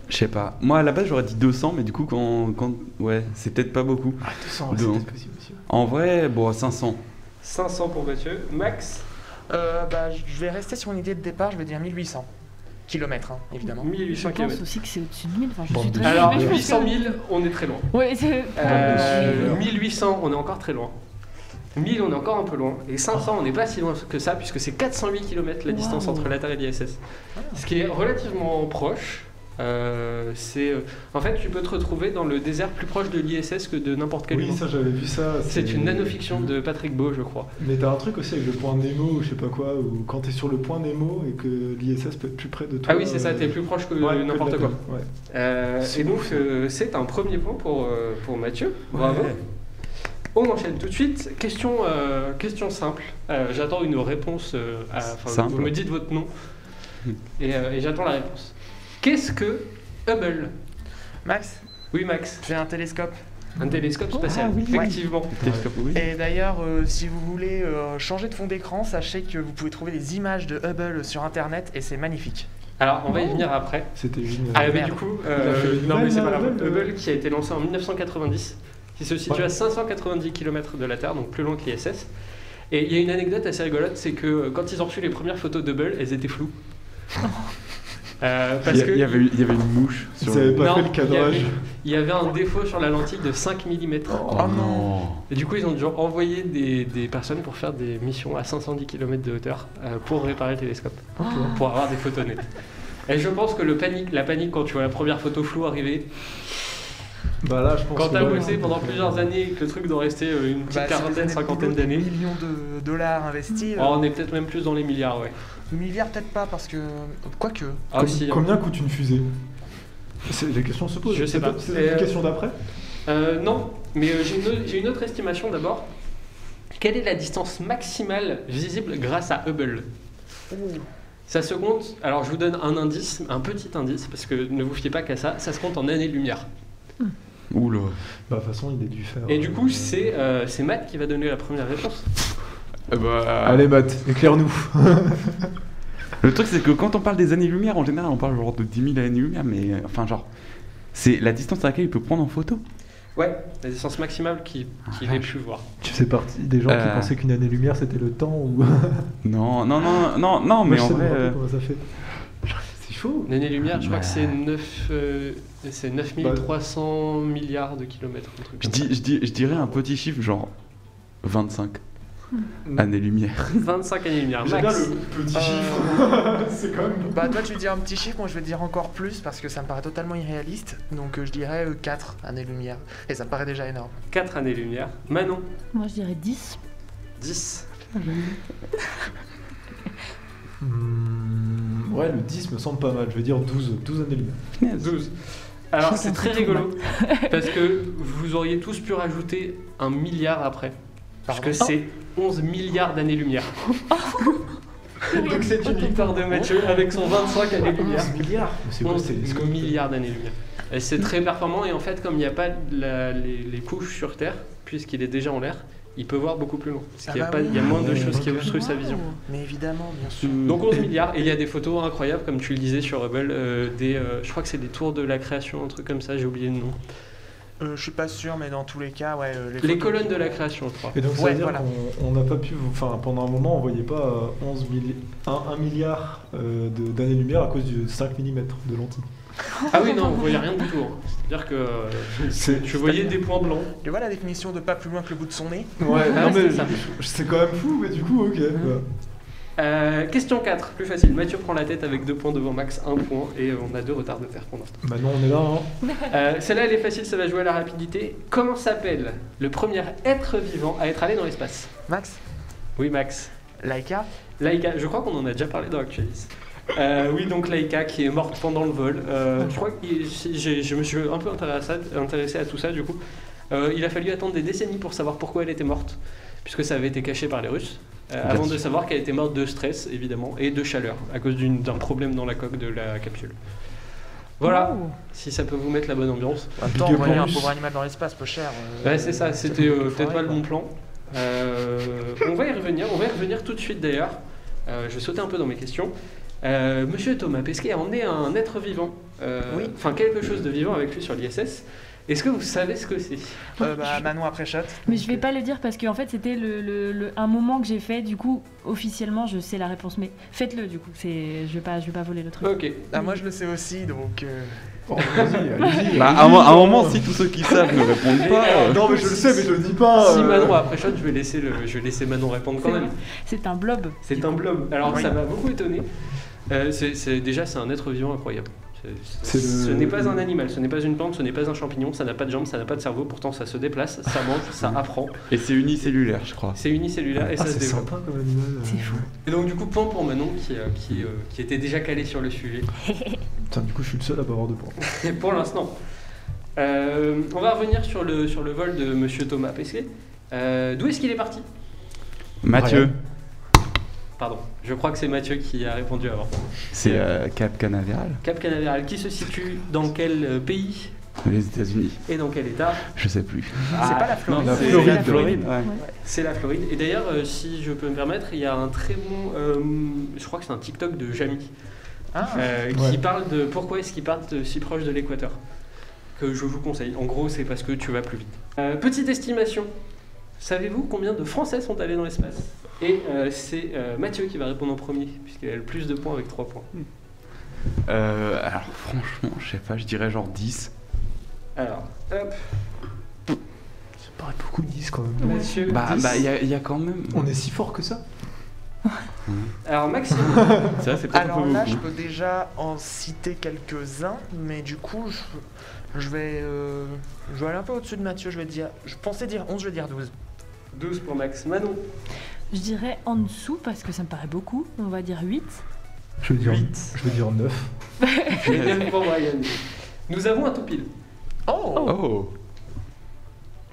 Je sais pas. Moi, à la base, j'aurais dit 200, mais du coup, quand. quand... Ouais, c'est peut-être pas beaucoup. Ah, 200, ouais, c'est Donc. peut-être possible aussi. En vrai, bon, 500. 500 pour Mathieu. Max. Euh, bah, je vais rester sur une idée de départ, je vais dire 1800 km, hein, évidemment. 1800 je pense km. aussi que c'est au-dessus de 1000. Enfin, je Bon, suis très Alors, nulle, mais je pense 800 que- 000, on est très loin. Ouais, c'est- Ah, Euh, Bon, 1800, on est encore très loin. 1000, on est encore un peu loin. Et 500, on n'est pas si loin que ça, puisque c'est 408 km la Wow. distance entre la Terre et l'ISS. Ah. Ce qui est relativement proche. Euh, c'est, euh, en fait, tu peux te retrouver dans le désert plus proche de l'ISS que de n'importe quel Oui, humain. ça, j'avais vu ça. C'est une nanofiction de Patrick Beau, je crois. Mais t'as un truc aussi avec le point Nemo ou je sais pas quoi, ou quand t'es sur le point Nemo et que l'ISS peut être plus près de toi. Ah oui, c'est ça, euh, t'es plus proche que ouais, que n'importe de la quoi. Terre, ouais. Euh, et donc, euh, c'est un premier point pour, euh, pour Mathieu. Bravo. Ouais. On enchaîne tout de suite. Question, euh, question simple. Euh, j'attends une réponse. euh, à- enfin, Simple. Vous me dites votre nom. Hmm. Et, euh, et j'attends la réponse. Qu'est-ce que Hubble Max, Oui, Max. j'ai un télescope. Un télescope Oh, spatial. ah oui. Effectivement. Télescope, oui. Et d'ailleurs, euh, si vous voulez euh, changer de fond d'écran, sachez que vous pouvez trouver des images de Hubble sur internet et c'est magnifique. Alors, on va y venir après. C'était une. Ah, mais merde. du coup, Il a euh, fait une non, mais balle, c'est là, pas grave. Hubble, euh. Hubble qui a été lancé en 1990, qui se situe Ouais. à 590 km de la Terre, donc plus loin que l'ISS. Et il y a une anecdote assez rigolote, c'est que euh, quand ils ont reçu les premières photos d'Hubble, elles étaient floues. Euh, parce Il y, a- que il y avait, il y avait une mouche Ils sur avaient le- pas Non, fait le cadrage. il y avait- il y avait un défaut sur la lentille de 5 mm. Oh non. Et du coup, ils ont dû envoyer des, des personnes pour faire des missions à 510 km de hauteur euh, pour réparer le télescope, pour avoir des photos nettes. Et je pense que le panique, la panique quand tu vois la première photo floue arriver, Bah là, je pense quand que t'as là, bossé on- pendant plusieurs années et que le truc doit rester euh, une petite Bah, si vous avez quarantaine, cinquantaine plutôt des d'années, Millions de dollars investis. euh, oh, on est peut-être même plus dans les milliards, ouais. Milliards peut-être pas parce que quoique. Ah, Com- si, hein. Combien coûte une fusée C'est la question se pose. Je sais C'est pas. C'est Et, la euh, question d'après. Bah, Euh, non, mais euh, j'ai une, au- j'ai une autre estimation d'abord. Quelle est la distance maximale visible grâce à Hubble Ça se compte, alors je vous donne un indice, un petit indice, parce que ne vous fiez pas qu'à ça, ça se compte en années-lumière. Oh Oula. Bah de toute façon, il est dû faire. Et du coup, c'est euh, c'est Matt qui va donner la première réponse. Eh bah, Allez, Matt, éclaire-nous. Le truc, c'est que quand on parle des années-lumière, en général, on parle genre de 10 000 années-lumière, mais euh, enfin, genre, c'est la distance à laquelle il peut prendre en photo. Ouais, la distance maximale qu'il qui ait pu voir. Tu fais partie des gens qui Euh. pensaient qu'une année-lumière c'était le temps ou. Non, non, non, non, non, Moi, mais je en sais même vrai. pas euh, comment ça fait. C'est chaud. Une année-lumière, je crois Ouais. que c'est 9, euh, c'est 9300 milliards de kilomètres. un truc je, comme dis, je, dis- je dirais un petit chiffre, genre 25 années-lumière. ça. 25 années-lumière, J'aime bien max. le petit Euh, chiffre. C'est quand même. Bah toi tu dis un petit chiffre, moi je vais dire encore plus parce que ça me paraît totalement irréaliste. Donc euh, je dirais 4 années-lumière. Et ça me paraît déjà énorme. 4 années-lumière. Manon, Moi, je dirais 10. 10. Hmm, Ouais, le 10 me semble pas mal. Je vais dire 12. 12 années-lumière. 12. Alors Chacun c'est son très tour, rigolo parce que vous auriez tous pu rajouter un milliard après. Parce que Oh. c'est 11 milliards d'années-lumière. Donc c'est une victoire de Mathieu avec son 25 années-lumière. Ah. 11 milliards Mais C'est quoi 11 C'est c'est- milliards d'années-lumière. Et c'est très performant et en fait comme il n'y a pas la- les, les couches sur Terre, puisqu'il est déjà en l'air, il peut voir beaucoup plus loin. Parce Ah qu'il y a, bah pas- oui. il y a moins Ah de ouais, choses qui ok. obstruent sa Ah. vision. Mais évidemment, bien sûr. Donc 11 milliards, et il y a des photos incroyables, comme tu le disais sur Rebel, euh, des, euh, je crois que c'est des tours de la création, un truc comme ça, j'ai oublié le nom. Euh, je suis pas sûr, mais dans tous les cas, ouais. euh, Les photos- colonnes de la création, je crois. Et donc, ça Ouais, veut dire voilà. qu'on on n'a pas pu. Enfin, pendant un moment, on voyait pas euh, 11 milli- un- un milliard euh, de- d'années-lumière à cause du 5 mm de lentille. Ah oui, non, vous voyez rien du tout. hein. C'est-à-dire que euh, C'est- tu voyais des points blancs. Tu vois la définition de pas plus loin que le bout de son nez Ouais, non, c'est Ah, mais ça. je- c'est quand même fou, mais du coup, ok. bah. Euh, question 4, plus facile. Mathieu prend la tête avec deux points devant Max, un point, et on a deux retards de terre pour l'instant. Maintenant, on est là. hein. Euh, Celle-là, elle est facile, ça va jouer à la rapidité. Comment s'appelle le premier être vivant à être allé dans l'espace Max Oui, Max. Laika Laïka, je crois qu'on en a déjà parlé dans Actualis. Euh, oui, donc Laïka qui est morte pendant le vol. Euh, je crois que j'ai- je me suis un peu intéressé à, intéressé à tout ça du coup. Euh, il a fallu attendre des décennies pour savoir pourquoi elle était morte, puisque ça avait été caché par les Russes, euh, Bien avant de sûr. savoir qu'elle était morte de stress évidemment et de chaleur à cause d'une- d'un problème dans la coque de la capsule. Voilà, Waouh. si ça peut vous mettre la bonne ambiance. Attends, Big up envoyer en un plus. pauvre animal dans l'espace, peu cher. euh, Ouais, c'est ça, c'était euh, faut peut-être pas arrêter, le bon plan. Euh, on va y revenir, on va y revenir tout de suite d'ailleurs. Euh, je vais sauter un peu dans mes questions. Euh, Monsieur Thomas Pesquet a emmené un être vivant, euh, Oui. enfin quelque chose de vivant avec lui sur l'ISS. Est-ce que vous savez ce que c'est quoi. Euh, bah, Manon après shot. Mais je vais pas le dire parce qu'en fait c'était le, le- le- un moment que j'ai fait. Du coup, officiellement, je sais la réponse, mais faites-le du coup. C'est, je vais pas, je vais pas voler le truc. Ok. Ah, moi je le sais aussi, donc. euh, Oh, vas-y, allez-y. Bah, à un, mo- à un moment, si tous ceux qui savent ne répondent pas. euh, Non, mais je le sais, mais je le dis pas. Si euh. Manon après shot, je vais laisser le, je vais laisser Manon répondre quand C'est même. bon. C'est un blob. C'est un blob. Alors Oui. ça m'a beaucoup étonné. Euh, c'est- c'est- déjà c'est un être vivant incroyable. C'est- C'est Ce le- n'est pas un animal, ce n'est pas une plante, ce n'est pas un champignon, ça n'a pas de jambes, ça n'a pas de cerveau, pourtant ça se déplace, ça mange, ça apprend. Et c'est unicellulaire, je crois. C'est unicellulaire et Ah, ça se c'est développe. sympa comme animal. euh. C'est fou. Et donc du coup, point pour Manon qui, euh, qui, euh, qui était déjà calé sur le sujet. Putain, du coup, je suis le seul à pas avoir de points. Et pour l'instant. Euh, on va revenir sur le, sur le vol de Monsieur Thomas Pesquet. Euh, D'où est-ce qu'il est parti Mathieu, Ryan. Pardon, je crois que c'est Mathieu qui a répondu avant. c'est euh, Cap Canaveral, Cap Canaveral, qui se situe dans quel euh, pays les États-Unis. et dans quel état Je sais plus. Ah, c'est pas la Floride. non, la c'est- Floride. la Floride. ouais. C'est la Floride. Et d'ailleurs, euh, si je peux me permettre, il y a un très bon, euh, je crois que c'est un TikTok de Jamie, Ah, euh, qui Ouais. parle de pourquoi est-ce qu'ils partent de si proche de l'équateur. Que je vous conseille. En gros, c'est parce que tu vas plus vite. Euh, petite estimation. Savez-vous combien de Français sont allés dans l'espace Et euh, c'est euh, Mathieu qui va répondre en premier, puisqu'il a le plus de points avec 3 points. Euh, alors, franchement, je sais pas, je dirais genre 10. Alors, hop, Ça paraît beaucoup 10 quand même. Mathieu. Bah, 10. bah, il y, a- il y a quand même. On est si fort que ça Alors, Maxime, C'est vrai, c'est peut-être un Ah, Alors peu là, je beaucoup. peux déjà en citer quelques-uns, mais du coup, je, je vais, euh, je vais aller un peu au-dessus de Mathieu. Je vais dire, je pensais dire 11, je vais dire 12. 12 pour Max. Manon, Je dirais en dessous parce que ça me paraît beaucoup. On va dire 8. Je veux dire, 8. je veux dire 9. et 9 pour Brian. Nous avons un tout pile. Oh, Oh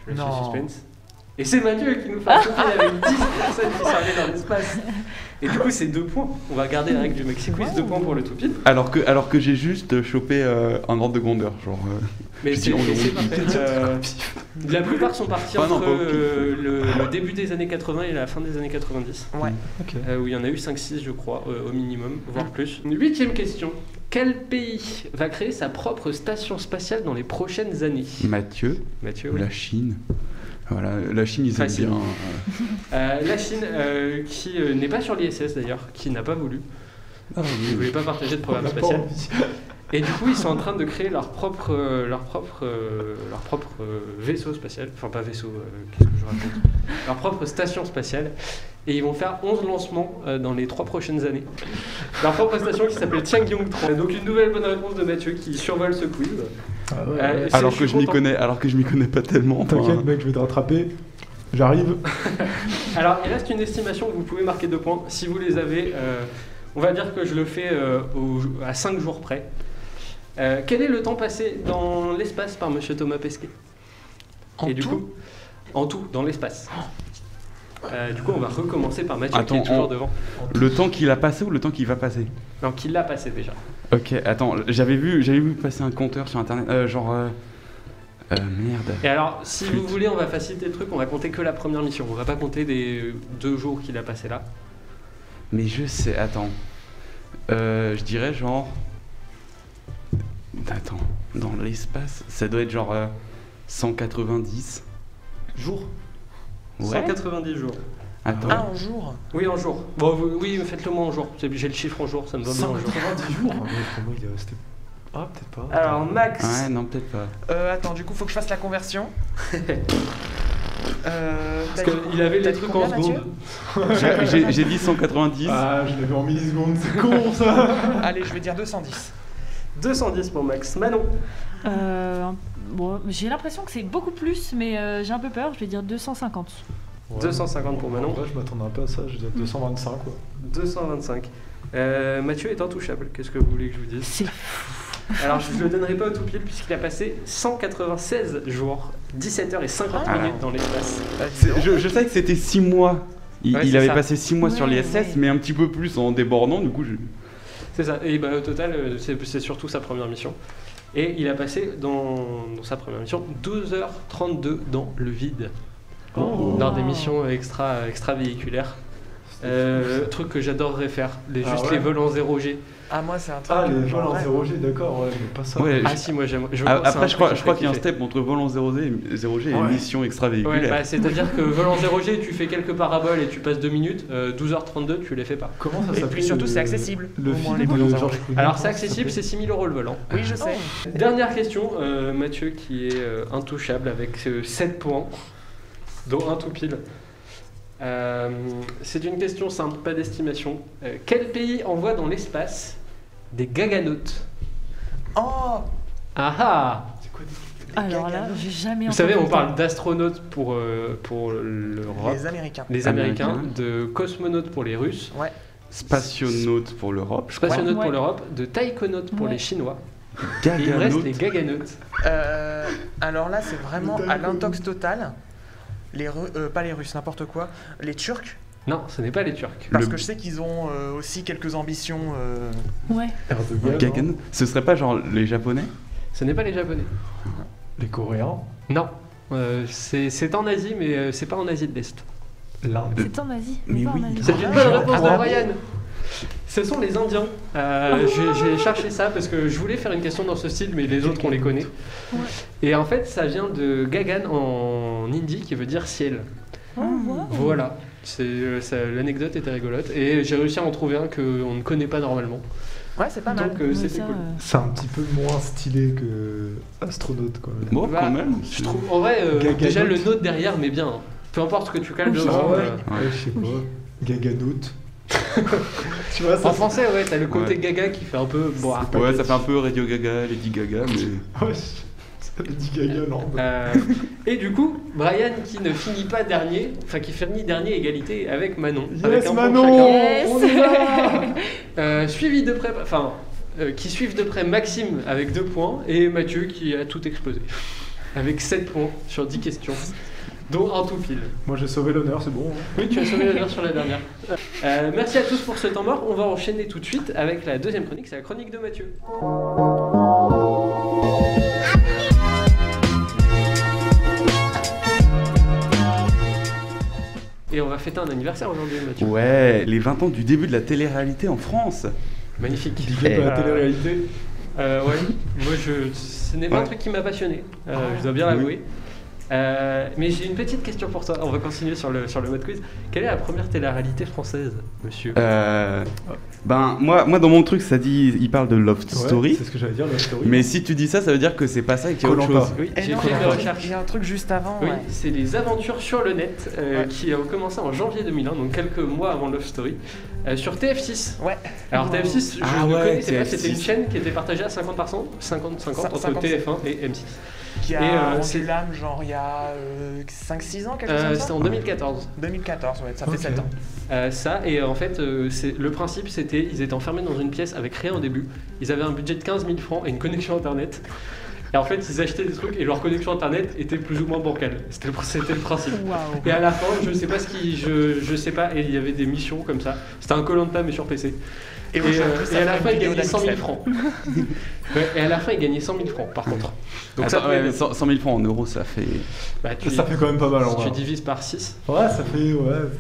Je laisse Non. le suspense. Et c'est Mathieu qui nous fait souffler avec 10 personnes qui sont allées dans l'espace. Et du coup, c'est 2 points. On va regarder la règle du Maxi Quiz 2 points pour le tout pile. Alors que, alors que j'ai juste chopé euh, un ordre de grandeur, genre. euh, Mais Je c'est dis, on mais le c'est roule. parfait. Euh, la plupart sont partis Ah non, entre pas au pif. euh, le, le début des années 80 et la fin des années 90. ouais. Ah. Ok. euh, où il y en a eu 5-6, je crois, euh, au minimum, voire plus. Huitième question. Quel pays va créer sa propre station spatiale dans les prochaines années Mathieu, Mathieu ou la Chine. Voilà, la Chine, ils aiment Facile. bien. euh, Euh, la Chine, euh, qui euh, n'est pas sur l'ISS d'ailleurs, qui n'a pas voulu, qui ne voulait pas partager de programme Ah On a pas spatial. envie. Et du coup, ils sont en train de créer leur propre, euh, leur propre, euh, leur propre euh, vaisseau spatial. Enfin, pas vaisseau, euh, qu'est-ce que je raconte Leur propre station spatiale. Et ils vont faire 11 lancements euh, dans les 3 prochaines années. Leur propre station qui s'appelle Tianyong 3. Donc, une nouvelle bonne réponse de Mathieu qui survole ce quiz. Ah ouais, Euh, ouais. c'est- Alors je que suis je m'y content. connais, alors que je m'y connais pas tellement. enfin, T'inquiète, mec, je vais te rattraper. J'arrive. Alors, il reste une estimation, vous pouvez marquer deux points. Si vous les avez, euh, on va dire que je le fais euh, au- à 5 jours près. Euh, quel est le temps passé dans l'espace par Monsieur Thomas Pesquet En Et du tout coup, en tout, dans l'espace. Euh, du coup, on va recommencer par Mathieu qui Oh. Attends, est toujours on- devant. Le temps qu'il a passé ou le temps qu'il va passer Non, qui l'a passé déjà. Ok, attends, j'avais vu, j'avais vu passer un compteur sur internet, euh, genre. Euh, euh, merde. Et alors, si vous Flûte. voulez, on va faciliter le truc, on va compter que la première mission. On va pas compter des deux jours qu'il a passé là. Mais je sais, attends. Euh, je dirais genre. Attends, dans l'espace, ça doit être genre euh, 190 Jour Ouais. 190 jours. Attends. Ah, en jour Oui, en jour. Bon, vous- oui, faites-le moi en jour. C'est- J'ai le chiffre en jour, ça me va bien en jour. 190 jours Ah, mais pour moi, il, euh, c'était- Ah, peut-être pas. Alors, Max, Ouais, non, peut-être pas. Euh, attends, du coup, faut que je fasse la conversion. euh, t'as parce dit- qu'il avait t'as les dit trucs en combien, Mathieu seconde. J'ai- J'ai j'ai dit 190. Ah, je l'avais en millisecondes, c'est con ça Allez, je vais dire 210. 210 pour Max. Manon, Euh, bon, j'ai l'impression que c'est beaucoup plus, mais euh, j'ai un peu peur. Je vais dire 250. 250 pour Manon. En vrai, je m'attendais un peu à ça, je vais dire 225 quoi. 225. Euh, Mathieu est intouchable, qu'est-ce que vous voulez que je vous dise C'est Alors je ne le donnerai pas au tout pile puisqu'il a passé 196 jours, 17h50 Ah. minutes dans l'espace. Bah, dis donc. C'est- Je, je sais que c'était 6 mois. Il, Ouais, il c'est avait ça. passé 6 mois sur Ouais, l'ISS, ouais. mais un petit peu plus en débordant, du coup, je... C'est ça, et bah, au total euh, c'est c'est surtout sa première mission. Et il a passé dans, dans sa première mission 2h32 dans le vide, Oh. dans des missions extra, extravéhiculaires. Euh, truc que j'adorerais faire, les, Ah juste ouais. les vols en 0G. Ah, moi, c'est un truc. Ah, que les j'en vols en rêve. 0G, d'accord, ouais, mais pas ça. Ouais, Ah je- si, moi j'aime. je pense Ah, que c'est un Après, je truc crois, que je crois qu'il y a un kiffer. step entre volant 0G et, 0G et Ouais. mission Ouais, extravéhiculaire. bah, c'est-à-dire que vol en 0G, tu fais quelques paraboles et tu passes 2 minutes, euh, 12h32, tu les fais pas. Comment ça Et s'appelle puis surtout, le- c'est accessible. Le au moins, film les de vols en Georges 0G. Clooney, Alors comment c'est ça accessible, c'est s'appelle 6000 euros le volant. Oui, je sais. Dernière question, euh, Mathieu qui est euh, intouchable avec 7 points, dont un tout pile. Euh, c'est une question simple, pas d'estimation. Euh, quel pays envoie dans l'espace des gaganautes Oh Ah ah C'est quoi des- Alors là, j'ai jamais. Vous savez, on parle d'astronautes pour, euh, pour l'Europe, Les Américains. les, Américains. Américains, de cosmonautes pour les Russes, Spationaute pour l'Europe, je crois. spationautes Ouais. pour l'Europe, de taïkonautes pour Ouais. les Chinois. Et il reste Gaganaute. les gaganautes. Euh, alors là, c'est vraiment Le à dingo. l'intox total. Les Ru- euh, pas les Russes, n'importe quoi. Les Turcs, Non, ce n'est pas les Turcs. parce Le- que je sais qu'ils ont euh, aussi quelques ambitions. euh, Ouais. Erdogan, Gagan- Ce serait pas genre les Japonais Ce n'est pas les Japonais. Les Coréens, Non, Euh, c'est c'est en Asie, mais euh, c'est pas en Asie de l'Est. l'Inde. C'est en Asie. Mais pas en oui. Asie. C'est une bonne réponse Ah de bon Ryan. Ce sont les Indiens. Euh, j'ai- J'ai cherché ça parce que je voulais faire une question dans ce style, mais les autres on les connaît. Ouais. Et en fait, ça vient de Gagan en hindi qui veut dire ciel. Ah, wow. Voilà. C'est, euh, ça- L'anecdote était rigolote et j'ai réussi à en trouver un qu'on ne connaît pas normalement. Ouais, c'est pas mal. Donc euh, Ouais, c'était ça, cool. euh, C'est un petit peu moins stylé que astronaute quand même. Bon, Bah, quand même. Je trouve, en vrai, euh, Gaganote. déjà le note derrière, mais bien. hein. Peu importe ce que tu calmes Oui. devant. Ah ouais, euh, ouais, je sais pas. Gaganote. tu vois, ça En français, ouais, t'as le côté Ouais. gaga qui fait un peu. ah. boire. Ouais, ça fait un peu Radio Gaga, Lady Gaga, mais. Ouais, ça dit Gaga l'Inde. Euh, et du coup, Brian qui ne finit pas dernier, enfin qui finit dernier égalité avec Manon. Yes, avec un point Manon chacun. Yes. on y va Euh, suivi de près, enfin, euh, qui suivent de près Maxime avec 2 points et Mathieu qui a tout explosé avec 7 points sur 10 questions, dont un tout pile. Moi j'ai sauvé l'honneur, c'est bon. hein. Oui, tu as sauvé l'honneur sur la dernière. Euh, merci à tous pour ce temps mort. On va enchaîner tout de suite avec la deuxième chronique, c'est la chronique de Mathieu. Et on va fêter un anniversaire aujourd'hui, Mathieu. Ouais, les 20 ans du début de la télé-réalité en France. Magnifique. Big up à la Euh, télé-réalité. Euh, ouais, moi je, ce n'est pas un Ouais. Ah. truc qui m'a passionné, euh, je dois bien Oui. l'avouer. Euh, mais j'ai une petite question pour toi. On va continuer sur le, sur le mode quiz. Quelle est la première télé-réalité française, monsieur Euh, ben, moi, moi, dans mon truc, ça dit. Il parle de Love Ouais, Story. C'est ce que j'allais dire, Love Story. Mais si tu dis ça, ça veut dire que c'est pas ça et qu'il y a autre Koh-Lanta. chose. Oui, Et j'ai Eh non, fait il y a mes un truc- recherches. il y a un truc juste avant. Oui, ouais. c'est les aventures sur le net euh, Ouais. qui ont commencé en janvier 2001, donc quelques mois avant Love Story, euh, sur TF6. Ouais. Alors TF6, je Ah ne ouais, connaissais pas, TF6. c'était une chaîne qui était partagée à 50%, 50-50 entre Cin- 50. TF1 et M6. Qui Et, euh, a rendu c'est- l'âme, genre, il y y a 5-6 ans, quelque chose Euh, comme C'était ça en 2014. 2014, ouais, ça Ok. fait 7 ans. Euh, ça, et euh, en fait, euh, c'est- le principe c'était ils étaient enfermés dans une pièce avec rien au début. Ils avaient un budget de 15 000 francs et une connexion internet. Et en fait, ils achetaient des trucs et leur connexion internet était plus ou moins bancale. C'était le, c'était le principe. euh, Waouh. Et à la fin, je sais pas ce qui. Je, je sais pas, et il y avait des missions comme ça. C'était un Colanta mais sur PC. Et, aujourd'hui, euh, ça et à fait la une fin, ils vidéo gagnaient 100 000 d'Amixel. francs. Ouais, et à la fin, ils gagnaient 100 000 francs par contre. Donc ça, Attends, pouvait- ouais, 100 100 000 francs en euros, ça fait. bah, tu, Ça fait quand même pas mal en si tu vrai. divises par 6. Ouais, ça fait ouais,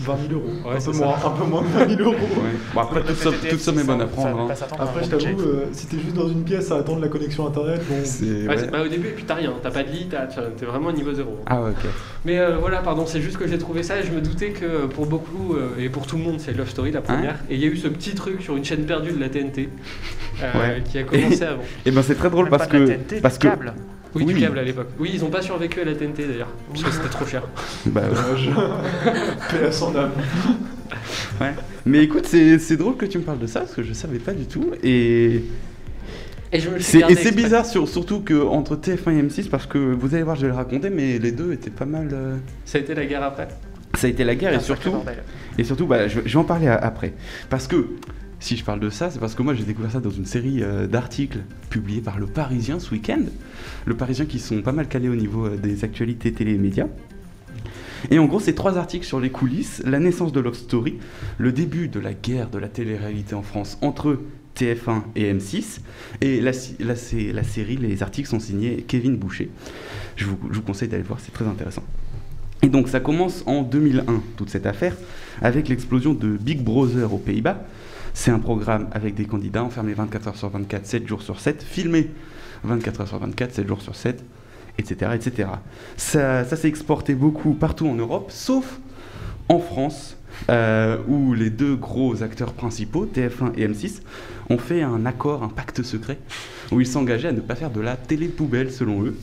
20 000 euros. Ouais, un, c'est peu ça. moins, un peu moins de 20 000 euros. Ouais. Bon, après, toute somme, toute somme est bonne à prendre. hein. Ah, Après, je t'avoue, euh, si t'es juste dans une pièce à attendre la connexion internet, bon. C'est- Ouais, ouais. c'est- bah, au début, et puis t'as rien. T'as pas de lit, t'as- t'as- t'es vraiment au niveau zéro. Ah ouais, ok. Mais euh, voilà, pardon, c'est juste que j'ai trouvé ça et je me doutais que pour beaucoup euh, et pour tout le monde, c'est Love Story la première. et il y a eu ce petit truc sur une chaîne perdue de la TNT euh, Ouais. qui a commencé avant. Et ben c'est très drôle parce que. parce que. Oui, du Oui. câble à l'époque. Oui, ils ont pas survécu à la TNT d'ailleurs, parce que c'était trop cher. Bah, ouais. dommage. Paix à son âme. Mais écoute, c'est c'est drôle que tu me parles de ça parce que je savais pas du tout. Et Et je me le suis c'est et gardé c'est exprès. bizarre, sur- surtout que entre TF1 et M6, parce que vous allez voir, je vais le raconter, mais les deux étaient pas mal. euh, Ça a été la guerre après. Ça a été la guerre et surtout. Et surtout, bah, je, je vais en parler a- après. Parce que si je parle de ça, c'est parce que moi j'ai découvert ça dans une série euh, d'articles publiés par Le Parisien ce week-end. Le Parisien qui sont pas mal calés au niveau euh, des actualités télé et médias. Et en gros, c'est trois articles sur les coulisses, la naissance de Love Story, le début de la guerre de la télé-réalité en France entre TF1 et M6, et la, si- la, sé- la série, les articles sont signés Kevin Boucher. Je vous- je vous conseille d'aller le voir, c'est très intéressant. Et donc ça commence en 2001, toute cette affaire, avec l'explosion de Big Brother aux Pays-Bas. C'est un programme avec des candidats enfermés 24 heures sur 24, 7 jours sur 7, filmés 24 heures sur 24, 7 jours sur 7, etc. etc. Ça, ça s'est exporté beaucoup partout en Europe, sauf en France, euh, où les deux gros acteurs principaux, TF1 et M6, ont fait un accord, un pacte secret, où ils s'engageaient à ne pas faire de la télé poubelle selon eux.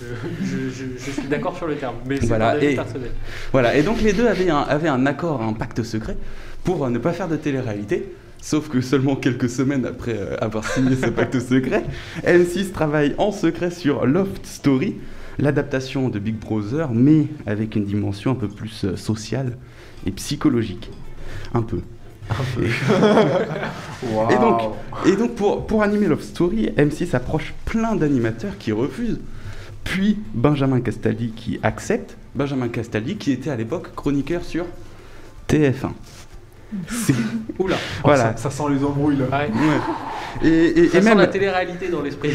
Je, je- je- je suis d'accord sur le terme, mais c'est Voilà, un avis et- personnel. Voilà, et donc les deux avaient un, avaient un accord, un pacte secret pour euh, ne pas faire de télé-réalité. Sauf que seulement quelques semaines après euh, avoir signé ce pacte secret, M6 travaille en secret sur Loft Story, l'adaptation de Big Brother, mais avec une dimension un peu plus euh, sociale et psychologique. Un peu. Et donc, et donc pour, pour animer Love Story, M6 approche plein d'animateurs qui refusent, puis Benjamin Castaldi qui accepte, Benjamin Castaldi qui était à l'époque chroniqueur sur TF1. C'est- Oula, Oh, voilà. Ah, ça, ça sent les embrouilles là. ouais. Ouais. Et, et- et Ça sent même, la télé-réalité dans l'esprit.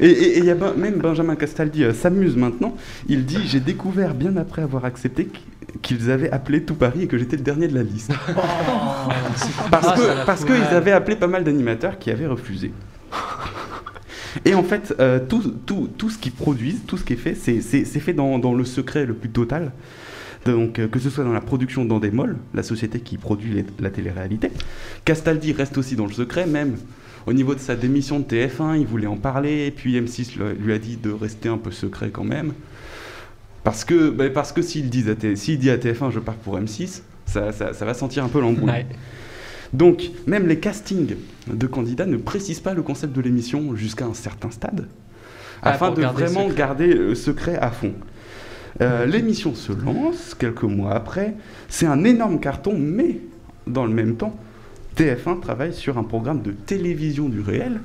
et, et- et il y a ben- même Benjamin Castaldi euh, s'amuse maintenant. Il dit J'ai découvert bien après avoir accepté qu- qu'ils avaient appelé tout Paris et que j'étais le dernier de la liste. Ah, Parce ça Ah, la que parce fout qu'ils mal. avaient appelé pas mal d'animateurs qui avaient refusé. Et en fait, euh, tout, tout, tout ce qu'ils produisent, tout ce qui est fait, c'est c'est- c'est fait dans, dans le secret le plus total. Donc, euh, que ce soit dans la production d'Endemol, la société qui produit les- la télé-réalité, Castaldi reste aussi dans le secret, même au niveau de sa démission de TF1, il voulait en parler, et puis M6 le- lui a dit de rester un peu secret quand même. Parce que, bah, parce que s'il dit, à T- s'il dit à TF1 je pars pour M6, ça, ça- ça va sentir un peu l'embrouille. Ouais. Donc, même les castings de candidats ne précisent pas le concept de l'émission jusqu'à un certain stade, Ah, afin pour de garder le vraiment secret. Mhm. garder le secret à fond. Euh, l'émission se lance quelques mois après, c'est un énorme carton, mais dans le même temps, TF1 travaille sur un programme de télévision du réel,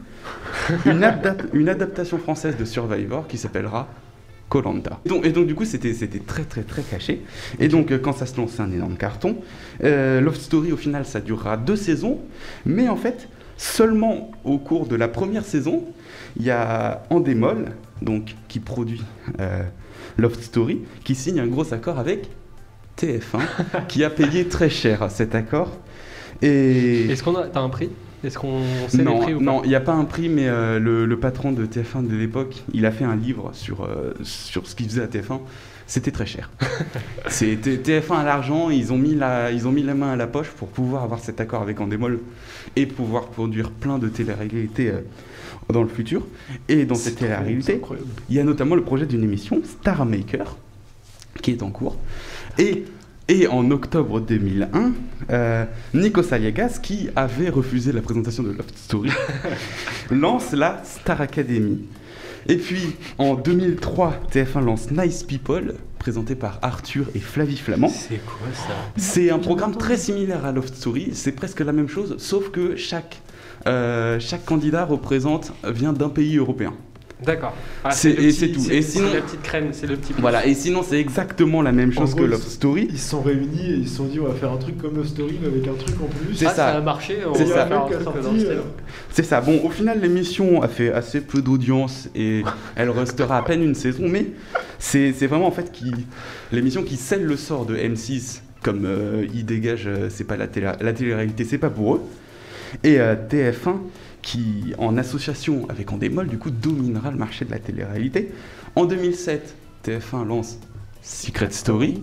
une, adap- une adaptation française de Survivor qui s'appellera Colanta. Et donc, et donc, du coup c'était c'était très très très caché. Et donc euh, quand ça se lance c'est un énorme carton. Euh, Love Story au final ça durera deux saisons, mais en fait seulement au cours de la première saison il y a Endemol donc qui produit euh, Love Story qui signe un gros accord avec TF1 qui a payé très cher cet accord. Et Est-ce qu'on a. T'as un prix Est-ce qu'on sait non, les prix ou pas non, il n'y a pas un prix, mais euh, le, le patron de TF1 de l'époque, il a fait un livre sur, euh, sur ce qu'il faisait à TF1. C'était très cher. C'était TF1 à l'argent, ils, ont mis la- ils ont mis la main à la poche pour pouvoir avoir cet accord avec Endemol et pouvoir produire plein de télé-réalités euh, dans le futur. Et dans cette trop- c'est télé-réalité, incroyable. il y a notamment le projet d'une émission, Star Maker, qui est en cours. Et, et en octobre 2001, euh, Nico Aliagas, qui avait refusé la présentation de Love Story, lance la Star Academy. Et puis, en 2003, TF1 lance Nice People, présenté par Arthur et Flavie Flamand. C'est quoi ça C'est un programme très similaire à Love Story, c'est presque la même chose, sauf que chaque, euh, chaque candidat représente, vient d'un pays européen. D'accord. C'est- le et petit- c'est tout. Et c'est sinon- la petite crème, c'est le petit. Voilà, et sinon c'est exactement la même En chose gros, que ils- Love Story. Ils se sont réunis et ils se sont dit on va faire un truc comme Love Story mais avec un truc en plus. C'est Ah, ça. a marché. On C'est va ça. faire un Le mec a truc sorti, dans le style. euh, C'est ça. Bon, au final, l'émission a fait assez peu d'audience et elle restera à peine une saison, mais c'est c'est vraiment en fait qui l'émission qui scelle le sort de M6 comme euh, ils dégagent, euh, c'est pas la télé, la télé-réalité, c'est pas pour eux. Et euh, TF1 qui, en association avec Endemol, du coup, dominera le marché de la télé-réalité. En 2007, TF1 lance Secret Story,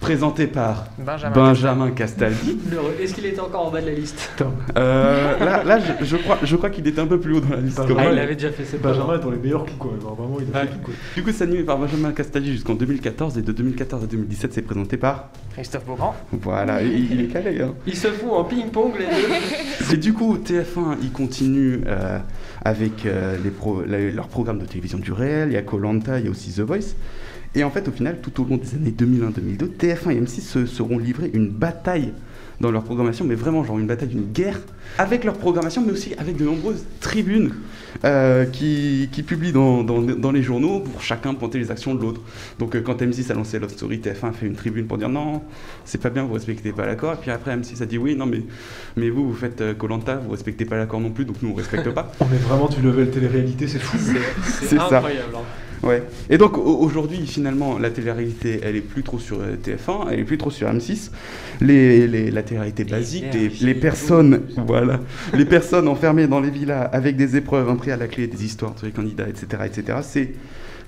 présenté par Benjamin. Benjamin Castaldi. Le- Est-ce qu'il était encore en bas de la liste Euh, là, là, je, je crois, je crois qu'il était un peu plus haut dans la liste. Ah, quand Ah, même. il avait déjà fait ses Benjamin est dans les meilleurs coups quand même, hein. vraiment il a Ouais. fait tout quoi. Du coup, c'est animé par Benjamin Castaldi jusqu'en 2014 et de 2014 à 2017, c'est présenté par. Christophe Beaugrand. Voilà, il, il est calé. Hein. Ils se font en ping-pong les deux. Et du coup, TF1, il continue euh, avec euh, les pro- la- leur programme de télévision du réel. Il y a Colanta, il y a aussi The Voice. Et en fait, au final, tout au long des années 2001-2002, TF1 et M6 se seront livrés une bataille dans leur programmation, mais vraiment genre une bataille, une guerre, avec leur programmation, mais aussi avec de nombreuses tribunes euh, qui, qui publient dans, dans- dans les journaux pour chacun pointer les actions de l'autre. Donc euh, quand M6 a lancé Love Story, TF1 a fait une tribune pour dire non, c'est pas bien, vous respectez pas l'accord. Et puis après, M6 a dit oui, non, mais, mais vous, vous faites euh, Colanta, vous respectez pas l'accord non plus, donc nous, on respecte pas. On est vraiment du level télé-réalité, c'est fou. C'est C'est ça. incroyable. hein. Ouais. Et donc au- aujourd'hui, finalement, la télé-réalité, elle est plus trop sur euh, TF1, elle est plus trop sur M6. Les, les- la télé-réalité basique, les, les personnes, voilà, les personnes enfermées dans les villas avec des épreuves, un prix à la clé, des histoires sur les candidats, etc., etc. C'est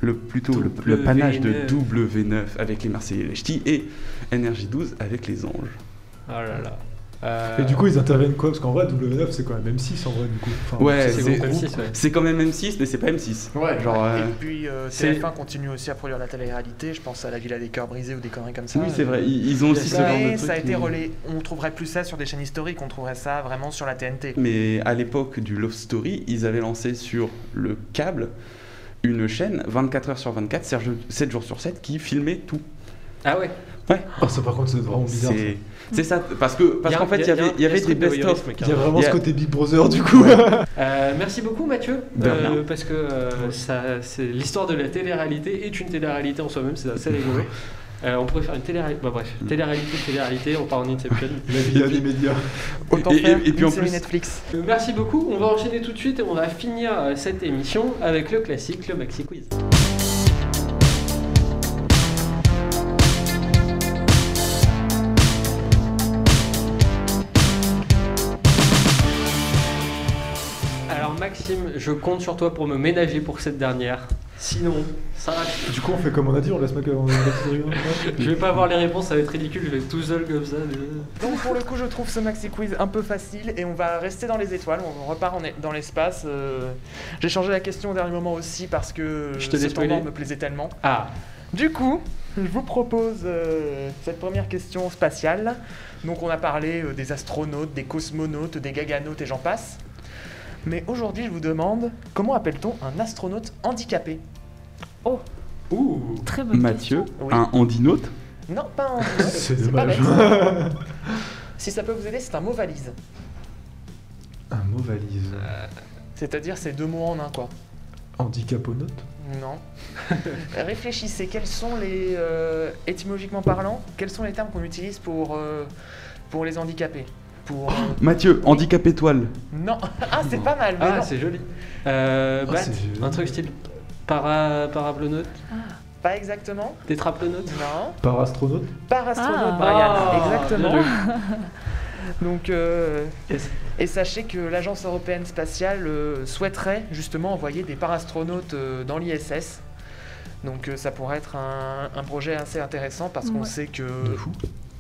le plutôt le, le panache de W9 avec les Marseillais et les Ch'tis et NRJ12 avec les Anges. Oh là là. Euh, Et du coup ils interviennent quoi Parce qu'en vrai W9 c'est quand même M6 en vrai du coup. Enfin, Ouais, c'est c'est groupe M6, ouais. c'est quand même M6, mais c'est pas M6. Ouais, genre, euh, Et puis euh, c'est- TF1 continue aussi à produire la télé-réalité. Je pense à La Villa des Cœurs Brisés ou des conneries comme ça. Oui, Ah, c'est vrai, ils, ils ont aussi ce genre de Mais truc, ça a été mais- relayé. On trouverait plus ça sur des chaînes historiques. On trouverait ça vraiment sur la TNT. Mais à l'époque du Love Story, ils avaient lancé sur le câble une chaîne 24 heures sur 24, 7 jours sur 7, qui filmait tout. Ah ouais. Ah, ça par contre c'est vraiment bizarre. ça. C'est c'est ça, parce que parce Y a- qu'en fait, y a- il y avait, un- il y avait ce des truc de best-of. voyeurisme, Il y a carrément. vraiment Il y ce a- côté Big Brother du coup. Euh, merci beaucoup Mathieu, De Euh, rien. parce que euh, ça, c'est- l'histoire de la télé-réalité est une télé-réalité en soi-même, c'est assez rigolo. Euh, on pourrait faire une télé-réalité, bah, bref, télé-réalité, télé-réalité, on part en Inception. La vie des médias. Autant Et- et- faire et puis une en série plus- Netflix. Euh, merci beaucoup, on va enchaîner tout de suite et on va finir euh, cette émission avec le classique, le Maxi Quiz. Alors Maxime, je compte sur toi pour me ménager pour cette dernière. Sinon, ça va Du coup on fait comme on a dit, on laisse Mac avant hein. Je vais pas avoir les réponses, ça va être ridicule, je vais être tout seul comme ça. mais- Donc pour le coup, je trouve ce maxi quiz un peu facile et on va rester dans les étoiles. On repart en- dans l'espace. euh, J'ai changé la question au dernier moment aussi parce que Je te ce laisse tournant spoiler. me plaisait tellement. Ah, Du coup, je vous propose euh, cette première question spatiale. Donc on a parlé euh, des astronautes, des cosmonautes, des gaganautes et j'en passe. Mais aujourd'hui, je vous demande comment appelle-t-on un astronaute handicapé ouh, Très bonne Mathieu, Oui. un handinote. Non, pas un C'est pas dommage. bête. Si ça peut vous aider, c'est un mot valise. Un mot valise. C'est-à-dire c'est deux mots en un quoi. Handicaponote Non. Réfléchissez, quels sont les. euh, étymologiquement parlant, quels sont les termes qu'on utilise pour, euh, pour les handicapés Pour. euh, Mathieu, handicap étoile. Non Ah, c'est Non. pas mal, mais ah non. c'est joli. Euh, Ah, Bat, c'est joli. un truc style para, paraplonaute, Pas exactement tétraplonaute. Non. Par astronaute Par astronaute, Ah. Brian. Ah, exactement. bien Donc. euh, Yes. Et sachez que l'Agence européenne spatiale euh, souhaiterait justement envoyer des parastronautes euh, dans l'ISS. Donc euh, ça pourrait être un, un projet assez intéressant parce qu'on Ouais. sait que...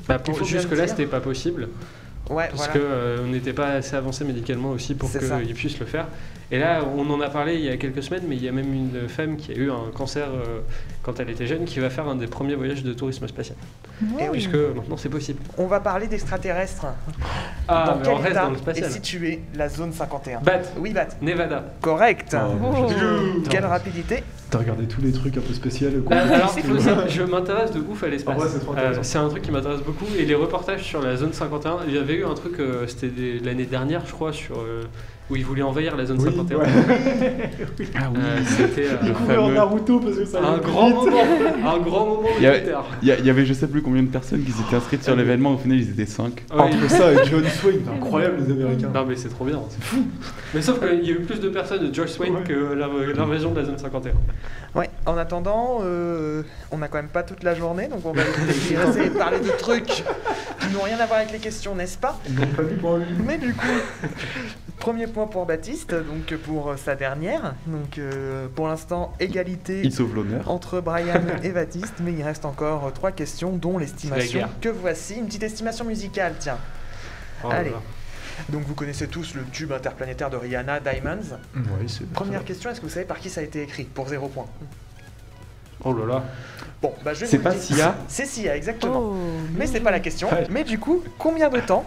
Bah, Il pour, faut bien jusque le là dire. c'était pas possible Ouais, parce voilà. que euh, on n'était pas assez avancé médicalement aussi pour C'est ça. qu'ils puissent le faire. Et là, on en a parlé il y a quelques semaines, mais il y a même une femme qui a eu un cancer euh, quand elle était jeune qui va faire un des premiers voyages de tourisme spatial. Eh oui. Puisque maintenant, c'est possible. On va parler d'extraterrestres. Ah, dans mais quel on reste état dans le est spatial. située la zone 51 Bat, Oui, Bat. Nevada. Correct. Oh. Quelle rapidité T'as regardé tous les trucs un peu spéciaux. quoi. Bah, Euh, alors, C'est faut cool. savoir, je m'intéresse de ouf à l'espace. Ah ouais, c'est trop Euh, intéressant. c'est un truc qui m'intéresse beaucoup. Et les reportages sur la zone 51, il y avait eu un truc, euh, c'était des- l'année dernière, je crois, sur, euh, où ils voulaient envahir la zone Oui, 51. ouais. Ah oui. Euh, c'était euh, Il courait en fameux. Naruto parce que ça allait un plus grand vite. moment, un grand moment Il y avait- militaire. Il y, a- il y avait je sais plus combien de personnes qui s'étaient inscrites sur l'événement, au final ils étaient 5. Ouais, Entre ça et John Swain, c'est incroyable les Américains. Non mais c'est trop bien, c'est fou. Mais sauf qu'il y a eu plus de personnes de George Wayne Ouais. que l'inv- l'invasion de la zone 51. Ouais. En attendant, euh, on n'a quand même pas toute la journée, donc on va essayer de parler de trucs qui n'ont rien à voir avec les questions, n'est-ce pas Ils n'ont pas vu pour lui. Mais du coup, premier point pour Baptiste, donc pour euh, sa dernière. Donc euh, pour l'instant, égalité Ils sauvent l'honneur. entre Brian et Baptiste, mais il reste encore euh, trois questions, C'est dont la l'estimation guerre. que voici. Une petite estimation musicale, tiens. Oh là Allez. là. Donc vous connaissez tous le tube interplanétaire de Rihanna, Diamonds. Ouais, c'est Première question, est-ce que vous savez par qui ça a été écrit Pour zéro point. Oh là là. Bon, bah je vais C'est vous pas le dire. Sia C'est Sia, exactement. Oh, Mais c'est pas la question. Ouais. Mais du coup, combien de temps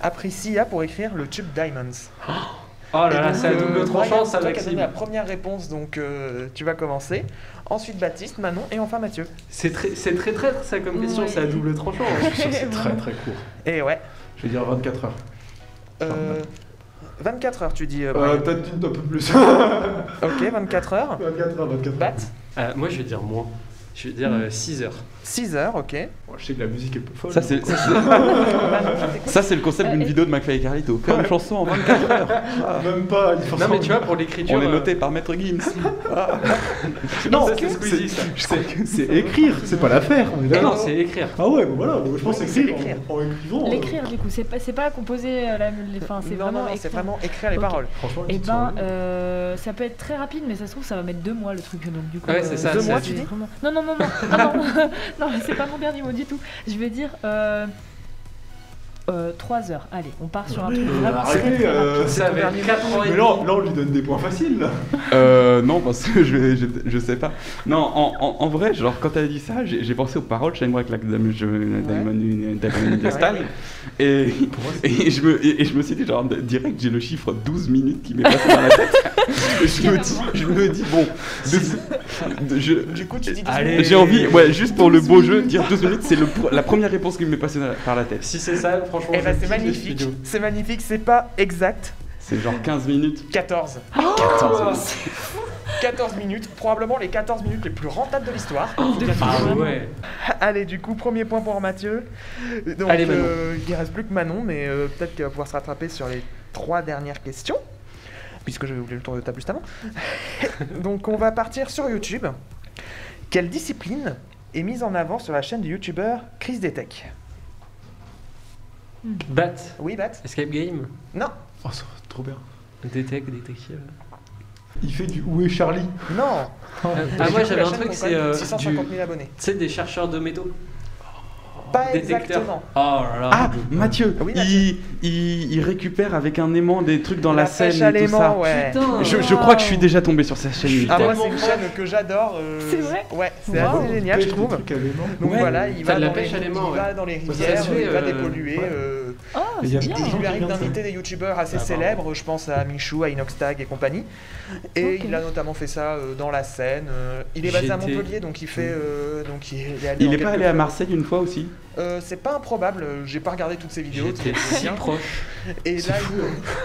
a pris Sia pour écrire le tube Diamonds Oh là Et là, donc, c'est à double euh, tranchant Brian, ça c'est toi qui as donné Maxime. la première réponse, donc euh, tu vas commencer. Ensuite Baptiste, Manon et enfin Mathieu. C'est très, c'est très traître ça comme question, Ouais. c'est à double tranchant. hein. C'est très très court. Et ouais. Je vais dire 24 heures. euh, 24 heures, tu dis. euh, Euh, Brian. Peut-être une- un peu plus. 24 ok, 24 heures. heures, 24 heures. Bat, Euh, moi je vais dire moins. Je vais dire 6 heures. 6 heures, ok. Bon, je sais que la musique est peu folle. Ça c'est ça, Manon, je c'est- t'écoute. ça, c'est le concept d'une Euh, vidéo de McFly et Carlito. Faire une chanson en 24 heures. Même pas, il faut Non mais tu vois pour l'écriture. On est euh, noté par Maître Ah. Gims. Non, Non, c'est c'est- Squeezie ça. C'est écrire, c'est pas la faire. on est Ah non, d'accord. c'est écrire. Ah ouais, bon, voilà, je pense Oui, écrire, c'est écrire. En, en écrivant. euh, L'écrire, du coup, c'est pas, c'est pas composer euh, la. les- Enfin, c'est Non, vraiment. non, non, c'est écrire. vraiment écrire les Ok. paroles. Franchement, une Et petite hein. ben, soirée. euh, ça peut être très rapide, mais ça se trouve, ça va mettre deux mois le truc. Donc, du coup, euh, Ouais, c'est ça, Deux mois, c'est tu dis vraiment- Non, non, non, non, Ah, non, non mais c'est pas mon dernier mot du tout. Je vais dire euh, euh, trois heures. Allez, on part sur un truc Euh, vraiment. Arrêtez. très, très rapide. euh, Ça va être 4 ans et Mais demi. là, là, on lui donne des points faciles. là. Euh, non, parce que je, vais- je, je sais pas. Non, en, en, en vrai, genre, quand t'as dit ça, j'ai j'ai pensé aux paroles Shamrock Like Diamond, je- Diamond, une- Diamond in the Sky. Et, et, je me, et, et je me suis dit, genre, direct, j'ai le chiffre 12 minutes qui m'est passé dans la tête. je, me dis, je me dis, bon, de- de- je- Du coup, tu dis. Allez. j'ai envie, ouais, juste pour le beau jeu, dire 12 minutes, c'est le pr- la première réponse qui m'est passée dans la- par la tête. Si c'est ça, franchement. Et je bah, c'est quitte le magnifique. studio. C'est magnifique, c'est pas exact. C'est genre 15 minutes. 14. 14 minutes, probablement les 14 minutes les plus rentables de l'histoire. Ah ouais. Allez, du coup, premier point pour Mathieu. Donc, Allez, Manon. euh, il reste plus que Manon, mais euh, peut-être qu'elle va pouvoir se rattraper sur les trois dernières questions. Puisque j'avais oublié le tour de table juste avant. Donc, on va partir sur YouTube. Quelle discipline est mise en avant sur la chaîne du youtubeur Chris Detech Bat. Oui, Bat Escape game. Non, Oh, ça va trop bien. Détec, détective. Il fait du Où est Charlie non. Ah, moi Du coup, j'avais la un chaîne truc, compte c'est. euh, 650 000 abonnés. Tu sais, des chercheurs de métaux. Pas Détecteurs. exactement. Oh là là. Ah, Mathieu, Oui, il, il, il récupère avec un aimant des trucs dans la, pêche scène à et tout l'aimant, ça. ouais. Putain. Je, je crois que je Ah. suis déjà tombé sur sa chaîne. Ah, YouTube. moi, tellement c'est une proche. chaîne que j'adore. euh, C'est vrai Ouais, c'est Wow. assez génial, je trouve. Donc Ouais. voilà, il T'as va, de la dans pêche les, à l'aimant, il ouais. va dans les Ça se rivières, fait, il va euh, dépolluer. ouais. euh, Oh, Il y a c'est bien. des il lui gens qui arrive regardent ça. d'inviter des youtubeurs assez Ah, pardon. célèbres, je pense à Michou, à Inoxtag et compagnie. Et Ok. il a notamment fait ça euh, dans la Seine. euh, il est basé à J'étais- Montpellier, donc il fait. euh, donc il, est allé, Il en est pas quelques allé à fois. Marseille une fois aussi Euh, C'est pas improbable, euh, j'ai pas regardé toutes ses vidéos. J'étais c'est si bien. proche. Et là,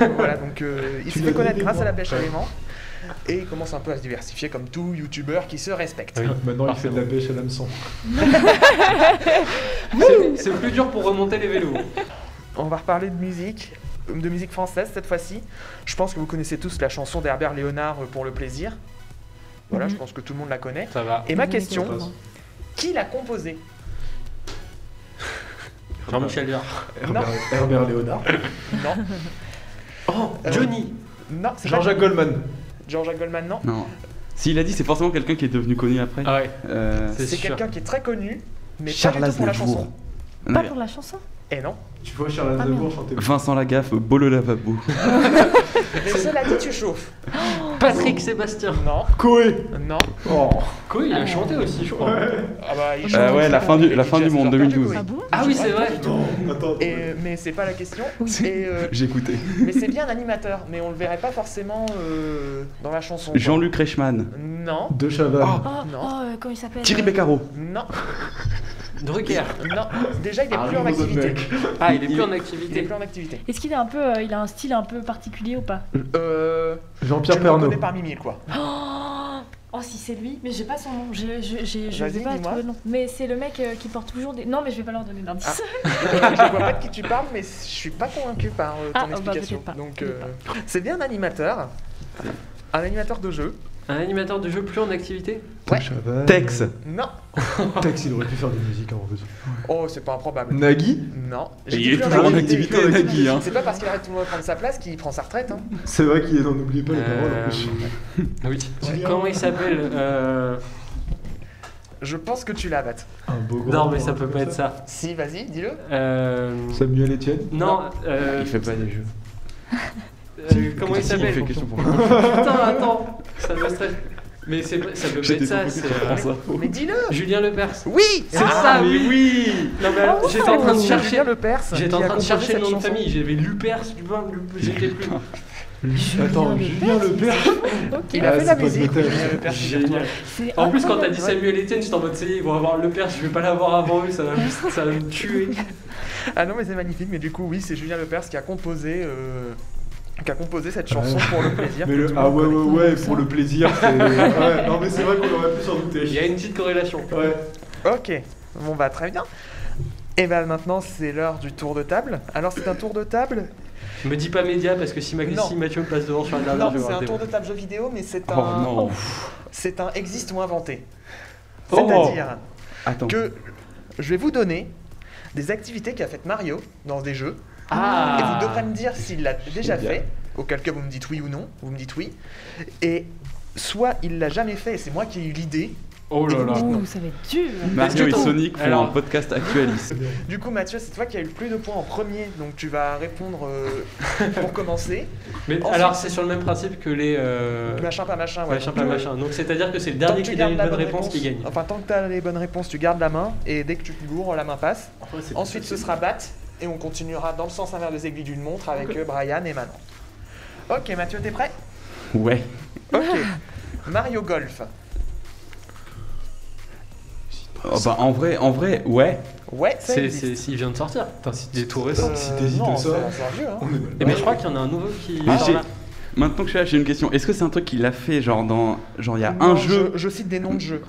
il, voilà, donc euh, il Tu s'est l'as fait connaître donné, grâce à moi. la pêche à Ouais. l'aimant. Et il commence un peu à se diversifier comme tout youtubeur qui se respecte. Maintenant, il fait de la pêche à l'hameçon. C'est- C'est plus dur pour remonter les vélos. On va reparler de musique, euh, de musique française cette fois-ci. Je pense que vous connaissez tous la chanson d'Herbert Léonard euh, pour le plaisir. Voilà, Mhm. je pense que tout le monde la connaît. Ça va. Et ma Oui, question, d'accord. qui l'a composée Jean-Michel Jarre. Non, Herbert, Herbert Léonard. non, Oh, Euh, Johnny. non, c'est pas Jean-Jacques Goldman. Jean-Jacques Goldman, non. Non. S'il a dit, c'est forcément quelqu'un qui est devenu connu après. Ah ouais. Euh, C'est C'est sûr. quelqu'un qui est très connu, mais Charles pas du tout pour la Aznavour. chanson. Pas pour la chanson Et non. Tu vois Charles Ah, Aznavour chanter. Vincent Lagaffe, Bolo Lavabo. Mais cela dit, tu chauffes. Patrick Sébastien. Non, Coé non. Oh Quoi, il a chanté aussi, je crois. Ouais Ah bah, il Euh, chante, ouais, la il chante, fin du- il la dit fin du Jazz monde, Jean-Pierre 2012. Coé. Ah bon Ah oui, c'est vrai. Non, attends. Et, euh, mais c'est pas la question. Et, euh, J'écoutais. mais c'est bien l'animateur, mais on le verrait pas forcément euh, dans la chanson. quoi. Jean-Luc Reichmann. Non, De Chaval. Ah. Oh, Non. oh, euh, comment il s'appelle Thierry euh, Beccaro. non, Drucker. non. Déjà, il est plus en Arrive au activité. mec. Ah, il est Il- plus en Il est activité. plus en activité. Est-ce qu'il a un peu, euh, il a un style un peu particulier ou pas Euh, Jean-Pierre je le Pernaut. reconnais parmi mille, quoi. oh, oh, si c'est lui, mais j'ai pas son nom, je, je, je, je Vas-y, vais pas dis-moi. trouver le nom. Mais c'est le mec euh, qui porte toujours des. Non, mais je vais pas leur donner d'indice. Ah. je vois pas de qui tu parles, mais je suis pas convaincu par euh, ton Ah, oh, bah, explication. peut-être pas. Donc, Peut-être euh, c'est bien un animateur, un animateur de jeu. Un animateur de jeu plus en activité Ouais. De Chaval. Tex. Non. Tex, il aurait pu faire des musiques hein, en vrai. Oh, c'est pas improbable. Nagui Non. Et J'ai il dit est plus toujours en activité. activité, Nagui, hein. C'est pas parce qu'il arrête tout le monde de prendre sa place qu'il prend sa retraite. Hein. C'est vrai qu'il est dans N'oubliez pas les paroles bah en Euh, plus. Oui. Julien. Comment il s'appelle euh... Je pense que tu l'as, Bat. Un beau grand. Non, mais ça peut pas être ça. Si, vas-y, dis-le. Euh... Samuel Etienne Non, euh... Il fait pas des jeux. euh, Comment il Si, fait s'appelle question pour Attends, attends, ça me stresse. Mais c'est pas- ça peut pas être J'étais ça, convaincu c'est que tu euh, prends ça. Mais dis-le Julien Lepers. Oui C'est ça, oui, oui Non, mais alors, Ah ouais. J'étais en train de C'est chercher, le Perse. j'étais qui en a train de composé chercher le cette nom de chanson. famille, j'avais Lupers, Lupin, Lupin, j'étais plus. Attends, Lepers. Julien Lepers ok. Il Ah, a fait c'est la pas musique. de mais Le Perse, il est Génial. C'est En plus, quand t'as incroyable. dit Samuel Etienne, j'étais en mode ça y est, ils vont avoir Lepers, je vais pas l'avoir avant eux, ça va, juste- ça va me tuer. Ah non mais c'est magnifique, mais du coup oui c'est Julien Lepers qui a composé euh, qui a composé cette chanson pour le plaisir. Mais que le tout ah monde ouais connaît. ouais ouais pour le plaisir c'est ouais, non mais c'est vrai qu'on aurait pu s'en douter. Il y a une petite corrélation. Ouais. Ok, bon bah très bien. Et bah maintenant c'est l'heure du tour de table. Alors c'est un tour de table Me dis pas média parce que si Magnici Non. Mathieu me passe devant sur la dernière, Non je vais c'est avoir un le tour débat. de table jeu vidéo mais c'est Oh un non. c'est un existe ou inventé. Oh. C'est-à-dire Attends. que je vais vous donner des activités qu'a faites Mario dans des jeux Ah. Et vous devrez me dire s'il l'a déjà Génial. fait, auquel cas vous me dites oui ou non, vous me dites oui. Et soit il l'a jamais fait et c'est moi qui ai eu l'idée. Oh là là. Ouh, ça va être dur. Mario Est-ce et que t'en- Sonic font Alors- un podcast actualiste. Du coup Mathieu, c'est toi qui as eu le plus de points en premier, donc tu vas répondre euh, pour commencer. Mais Ensuite- alors, c'est sur le même principe que les. euh, Machin pas machin, ouais. Machin, Donc, pas euh, machin. Donc, c'est-à-dire que c'est le tant dernier que qui tu donne gardes une la bonne réponse qui gagne. Enfin tant que tu as les bonnes réponses, tu gardes la main et dès que tu te gourres, la main passe. Ensuite ce sera bat et on continuera dans le sens inverse des aiguilles d'une montre avec euh, Brian et Manon. Ok Mathieu, t'es prêt Ouais. Ok. Mario Golf. Oh, bah en vrai, en vrai, ouais. Ouais, ça C'est, existe. c'est, il vient de sortir. Putain, c'est des tout récent. Euh, Si t'hésites non, au sort. c'est- c'est un vieux, hein. On est mal. Et mais je crois qu'il y en a un nouveau qui. Ah, Mais sort j'ai- là. Maintenant que je suis là, j'ai une question. Est-ce que c'est un truc qu'il a fait genre dans genre il y a Non, un jeu Je, je cite des noms de jeux.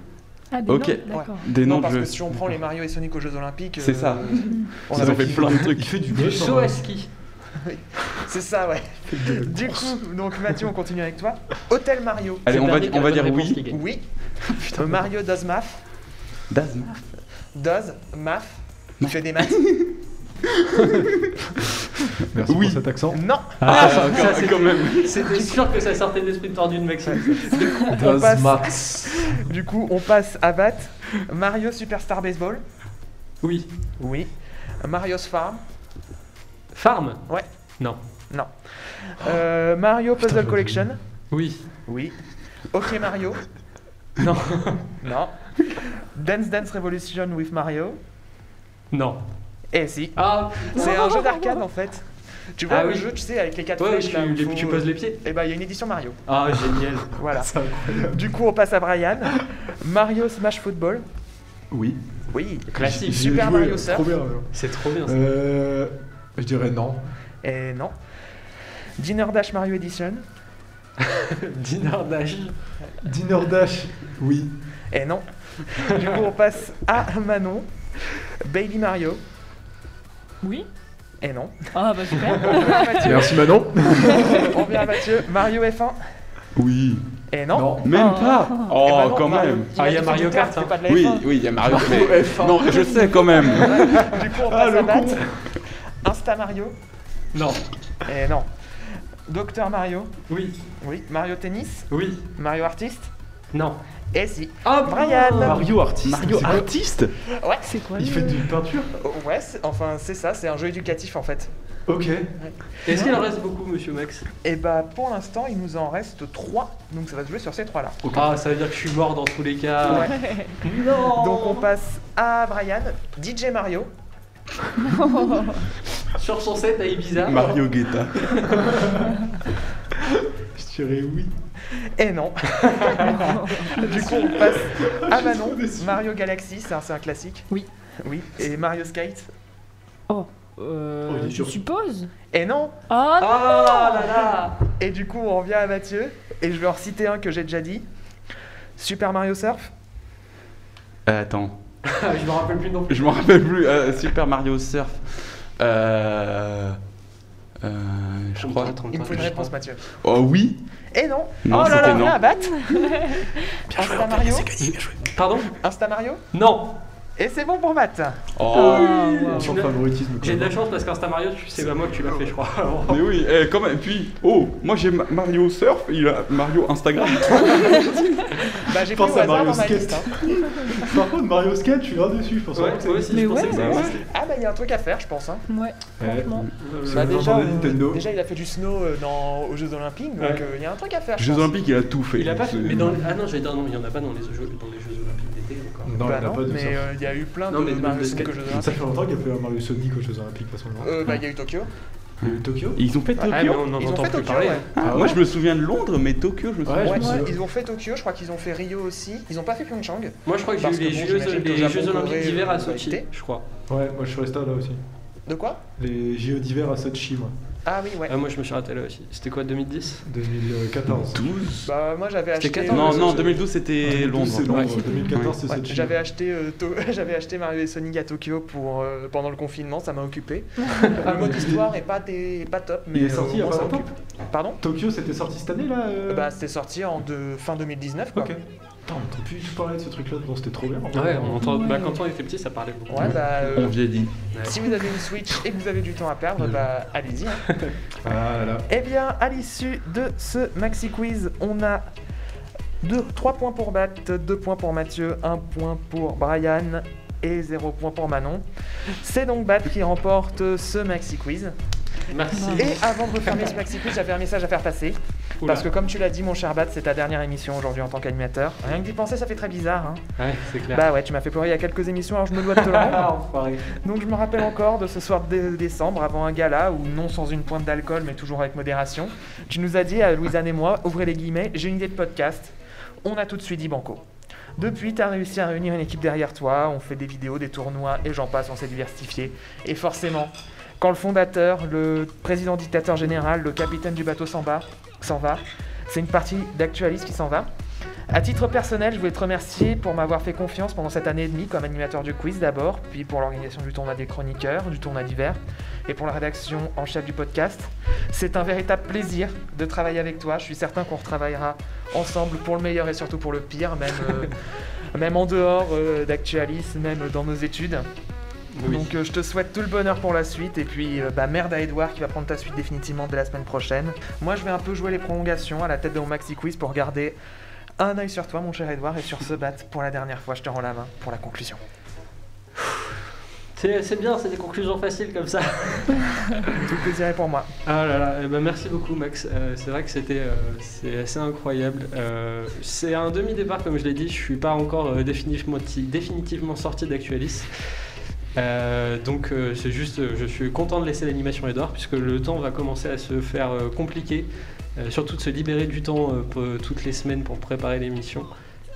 Ah, des Ok. noms, d'accord. des non, noms de parce jeux que si on prend les Mario et Sonic aux Jeux Olympiques. C'est euh, ça. on Ils a- ont fait plein de trucs. Il fait du Du bruit. saut à ski. C'est ça, ouais. Du coup, donc Mathieu, on continue avec toi. Hôtel Mario. Allez, C'est on le va dernier qui on va a la dire bonne réponse oui. qui gagne. Oui. Euh, Mario does math. Dazma. Does math. Tu fais des maths Merci Oui. pour cet accent. Non. Ah, ça, c'est quand même. C'était sûr que ça sortait de l'esprit de tordu de Maxime. On passe. Max. Du coup, on passe à Bat. Mario Superstar Baseball. Oui. Oui. Mario's Farm. Farm Ouais. Non. Non. Euh, Mario Puzzle j'aurais Collection. Oui. Oui. Ok Mario. Non. Non. Dance Dance Revolution with Mario. Non. Eh si. Ah, C'est un jeu d'arcade en fait. Tu vois Ah le oui. jeu, tu sais, avec les quatre Ouais, flèches tu, là. les- tu poses les pieds. Et bah, il y a une édition Mario. Ah, génial. Voilà. Du coup, on passe à Brian. Mario Smash Football. Oui. Oui. Classique. J'y ai Super joué, Mario trop Surf. bien, alors. C'est trop bien. ça. Euh, je dirais non. Et non. Dinner Dash Mario Edition. Dinner Dash. Dinner Dash, oui. Et non. Du coup, on passe à Manon. Baby Mario. Oui Et non. Ah, bah super. On vient à Ah, Mathieu. Merci Manon. On vient à Mathieu. Mario F1. Oui. Et Non. Même pas. Eh ben Oh, non, quand Mario. même. Ah, il y a tout fait Mario du Kart, kart, c'est hein. pas de la Oui, F1. oui, il y a Mario. mais- F1. Non, je sais quand même. Du coup, on Ah, passe le à Bat. con. Insta Mario. Non. Et non. Docteur Mario. Oui. Oui. Mario Tennis. Oui. Mario Artist. Non. Eh si. Ah, Brian. Mario artiste. Mario c'est quoi artiste Ouais, Oh, C'est quoi Il le- fait de la peinture. ouais c'est- enfin c'est ça, c'est un jeu éducatif en fait. Ok. Est-ce qu'il en reste beaucoup, monsieur Max Et bah pour l'instant il nous en reste 3, donc ça va se jouer sur ces 3 là. Ah, ça veut dire que je suis mort dans tous les Ah. cas. Ouais. Non Donc on passe à Brian, DJ Mario, Sur son set à Ibiza. Mario Guetta. Je dirais oui. et non. du coup on passe à Manon, trop déçu. Mario Galaxy, c'est un, c'est un classique. Oui. Oui, et Mario Skate. Euh, Oh, il est je dur. suppose. Et non Oh non Ah là là Et du coup on revient à Mathieu, et je vais en citer un que j'ai déjà dit. Super Mario Surf Euh, attends, Je me rappelle plus non plus. je m'en rappelle plus. euh, Super Mario Surf. Euh, euh, je crois. Il me faut une réponse Mathieu. Oh oui Et non Non, Oh là là, c'était non. rien à battre Insta Mario Pardon Insta Mario Non Et c'est bon pour Matt Oh Ah. Ah, Euh, wow. Sans l'as- favoritisme. J'ai de la chance parce qu'Insta Mario, tu sais pas moi que tu l'as fait, je crois. Mais oui, eh, quand même. Puis, oh, moi j'ai Ma- Mario Surf, il a Mario Instagram. Bah j'ai pris Pense au à hasard Mario dans ma Skate. liste. hein. Par contre, Mario Skate, je suis grave dessus. Je pense Ouais, vraiment que toi aussi, Mais je pensais ouais. que ça Bah existait. Ah bah il y a un truc à faire je pense. hein. Ouais, franchement. C'est Euh, Bah, le déjà, genre de euh, Nintendo. déjà, il a fait du snow euh, dans, aux Jeux Olympiques, donc euh, Ouais. il y a un truc à faire. je Jeux pense. Olympiques, il a tout fait. Il a pas fait. C'est- Mais dans les- Ah non, j'allais dire non, il y en a pas dans les jeux, dans les jeux olympiques d'été encore. Non, il Bah n'y en non, a pas hein. de mais ça. euh, il y a eu plein Non, de mais de- Mario de Sonic aux skate. Jeux Ça Olympiques. fait longtemps qu'il n'y a pas eu un Mario Sonic aux Jeux Olympiques, de toute façon. non Euh, bah il y a eu Tokyo. Le Tokyo Ils ont fait Tokyo Ah, mais on n'en Ils ont entend fait plus Tokyo. parler. ouais. Ah, Moi je me souviens de Londres, mais Tokyo, je me souviens. Ouais, je Ouais, me souviens. ils ont fait Tokyo, je crois qu'ils ont fait Rio aussi. Ils ont pas fait Pyeongchang. Moi, je crois que j'ai Parce eu les que bon, Jeux, j'imagine que les Japon, jeux Olympiques Corée, d'hiver à euh, Sochi, été. je crois. Ouais, moi je suis resté là aussi. De quoi Les JO d'hiver à Sochi, moi. Ah oui, ouais. Ah, moi, je me suis raté là aussi. C'était quoi, 2010 2014. 12 Bah moi j'avais C'était acheté. 14, Non, ça, non, c'est- 2012 c'était Londres. C'est Londres. Ouais. 2014, c'est Ouais, Sochi. j'avais acheté, euh, To- j'avais acheté Mario et Sonic à Tokyo pour, euh, pendant le confinement, ça m'a occupé. le mode mais- histoire est pas, des- pas top, mais Il est euh, sorti il y au a moins, pas ça longtemps. occupe. Pardon Tokyo, c'était sorti cette année là euh Bah c'était sorti en de- fin 2019 quoi. Ok. Putain, on peut plus parler de ce truc là dedans, c'était trop bien. en vrai. Ouais, on entend. Bah, quand on était petit, ça parlait beaucoup. Ouais bah euh, On vieillit. si vous avez une Switch et que vous avez du temps à perdre, bah allez-y. hein. Ah là là. Eh bien, à l'issue de ce maxi quiz, on a 3 points pour Bat, 2 points pour Mathieu, 1 point pour Brian et 0 point pour Manon. C'est donc Bat qui remporte ce maxi quiz. Merci. Et avant de refermer ce maxi quiz, j'avais un message à faire passer. Ah. Oula. Parce que comme tu l'as dit, mon cher Bat, c'est ta dernière émission aujourd'hui en tant qu'animateur. Rien que d'y penser, ça fait très bizarre. hein. Ouais, c'est clair. Bah ouais, tu m'as fait pleurer il y a quelques émissions, alors je me dois de te le rendre. Ah, enfoiré. Donc je me rappelle encore de ce soir de décembre, avant un gala, où non sans une pointe d'alcool, mais toujours avec modération, tu nous as dit à Louisanne et moi, ouvrez les guillemets, j'ai une idée de podcast. On a tout de suite dit banco. Depuis, t'as réussi à réunir une équipe derrière toi, on fait des vidéos, des tournois, et j'en passe, on s'est diversifié. Et forcément, quand le fondateur, le président dictateur général, le capitaine du bateau s'en va, s'en va, c'est une partie d'actualiste qui s'en va. À titre personnel, je voulais te remercier pour m'avoir fait confiance pendant cette année et demie comme animateur du quiz d'abord, puis pour l'organisation du tournoi des chroniqueurs, du tournoi d'hiver, et pour la rédaction en chef du podcast. C'est un véritable plaisir de travailler avec toi. Je suis certain qu'on retravaillera ensemble pour le meilleur et surtout pour le pire, même, euh, même en dehors euh, d'Actualis, même dans nos études. Oui. Donc euh, je te souhaite tout le bonheur pour la suite et puis euh, bah, merde à Edouard qui va prendre ta suite définitivement dès la semaine prochaine. Moi je vais un peu jouer les prolongations à la tête de mon maxi quiz pour garder un œil sur toi mon cher Edouard et sur ce bat pour la dernière fois je te rends la main pour la conclusion. C'est c'est bien, c'est des conclusions faciles comme ça. Tout le plaisir est pour moi. Ah là là, eh ben merci beaucoup Max. Euh, c'est vrai que c'était euh, c'est assez incroyable. Euh, c'est un demi-départ comme je l'ai dit, je suis pas encore euh, définitivement, définitivement sorti d'Actualis. Euh, donc euh, c'est juste, euh, je suis content de laisser l'animation Edouard puisque le temps va commencer à se faire euh, compliqué, Euh, surtout de se libérer du temps euh, pour- toutes les semaines pour préparer l'émission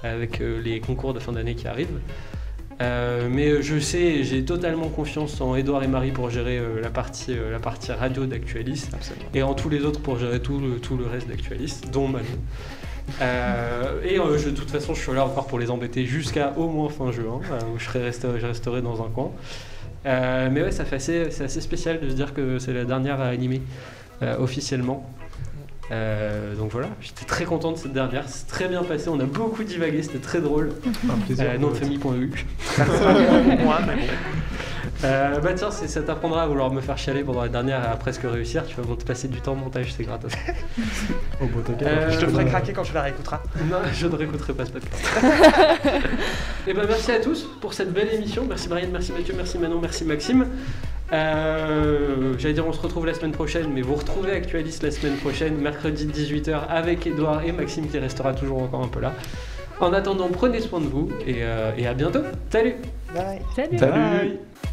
avec euh, les concours de fin d'année qui arrivent. Euh, mais je sais, j'ai totalement confiance en Edouard et Marie pour gérer euh, la, partie, euh, la partie radio d'Actualis et en tous les autres pour gérer tout le, tout le reste d'Actualis, dont Manon. Euh, et euh, je- de toute façon, je suis là encore pour les embêter jusqu'à au moins fin juin, euh, où je, serai resté- je resterai dans un coin. Euh, mais ouais, ça fait assez, c'est assez spécial de se dire que c'est la dernière à animer euh, officiellement. Euh, donc voilà, j'étais très content de cette dernière, c'est très bien passé, on a beaucoup divagué, c'était très drôle. Un plaisir. Euh, nom de famille.eu. Ça le sera pour moi mais bon. Euh, bah tiens, c'est- ça t'apprendra à vouloir me faire chialer pendant la dernière et à presque réussir. Tu vas te passer du temps en montage, c'est gratos. Oh, bon, t'inquiète. Euh, Je te ferai craquer quand tu la réécouteras. Non, je ne réécouterai pas ce podcast. Et ben merci à tous pour cette belle émission. Merci Brian, merci Mathieu, merci Manon, merci Maxime. Euh, J'allais dire on se retrouve la semaine prochaine, mais vous retrouvez Actualis la semaine prochaine, mercredi 18h avec Edouard et Maxime qui restera toujours encore un peu là. En attendant, prenez soin de vous et, euh, et à bientôt. Salut Bye. Salut Salut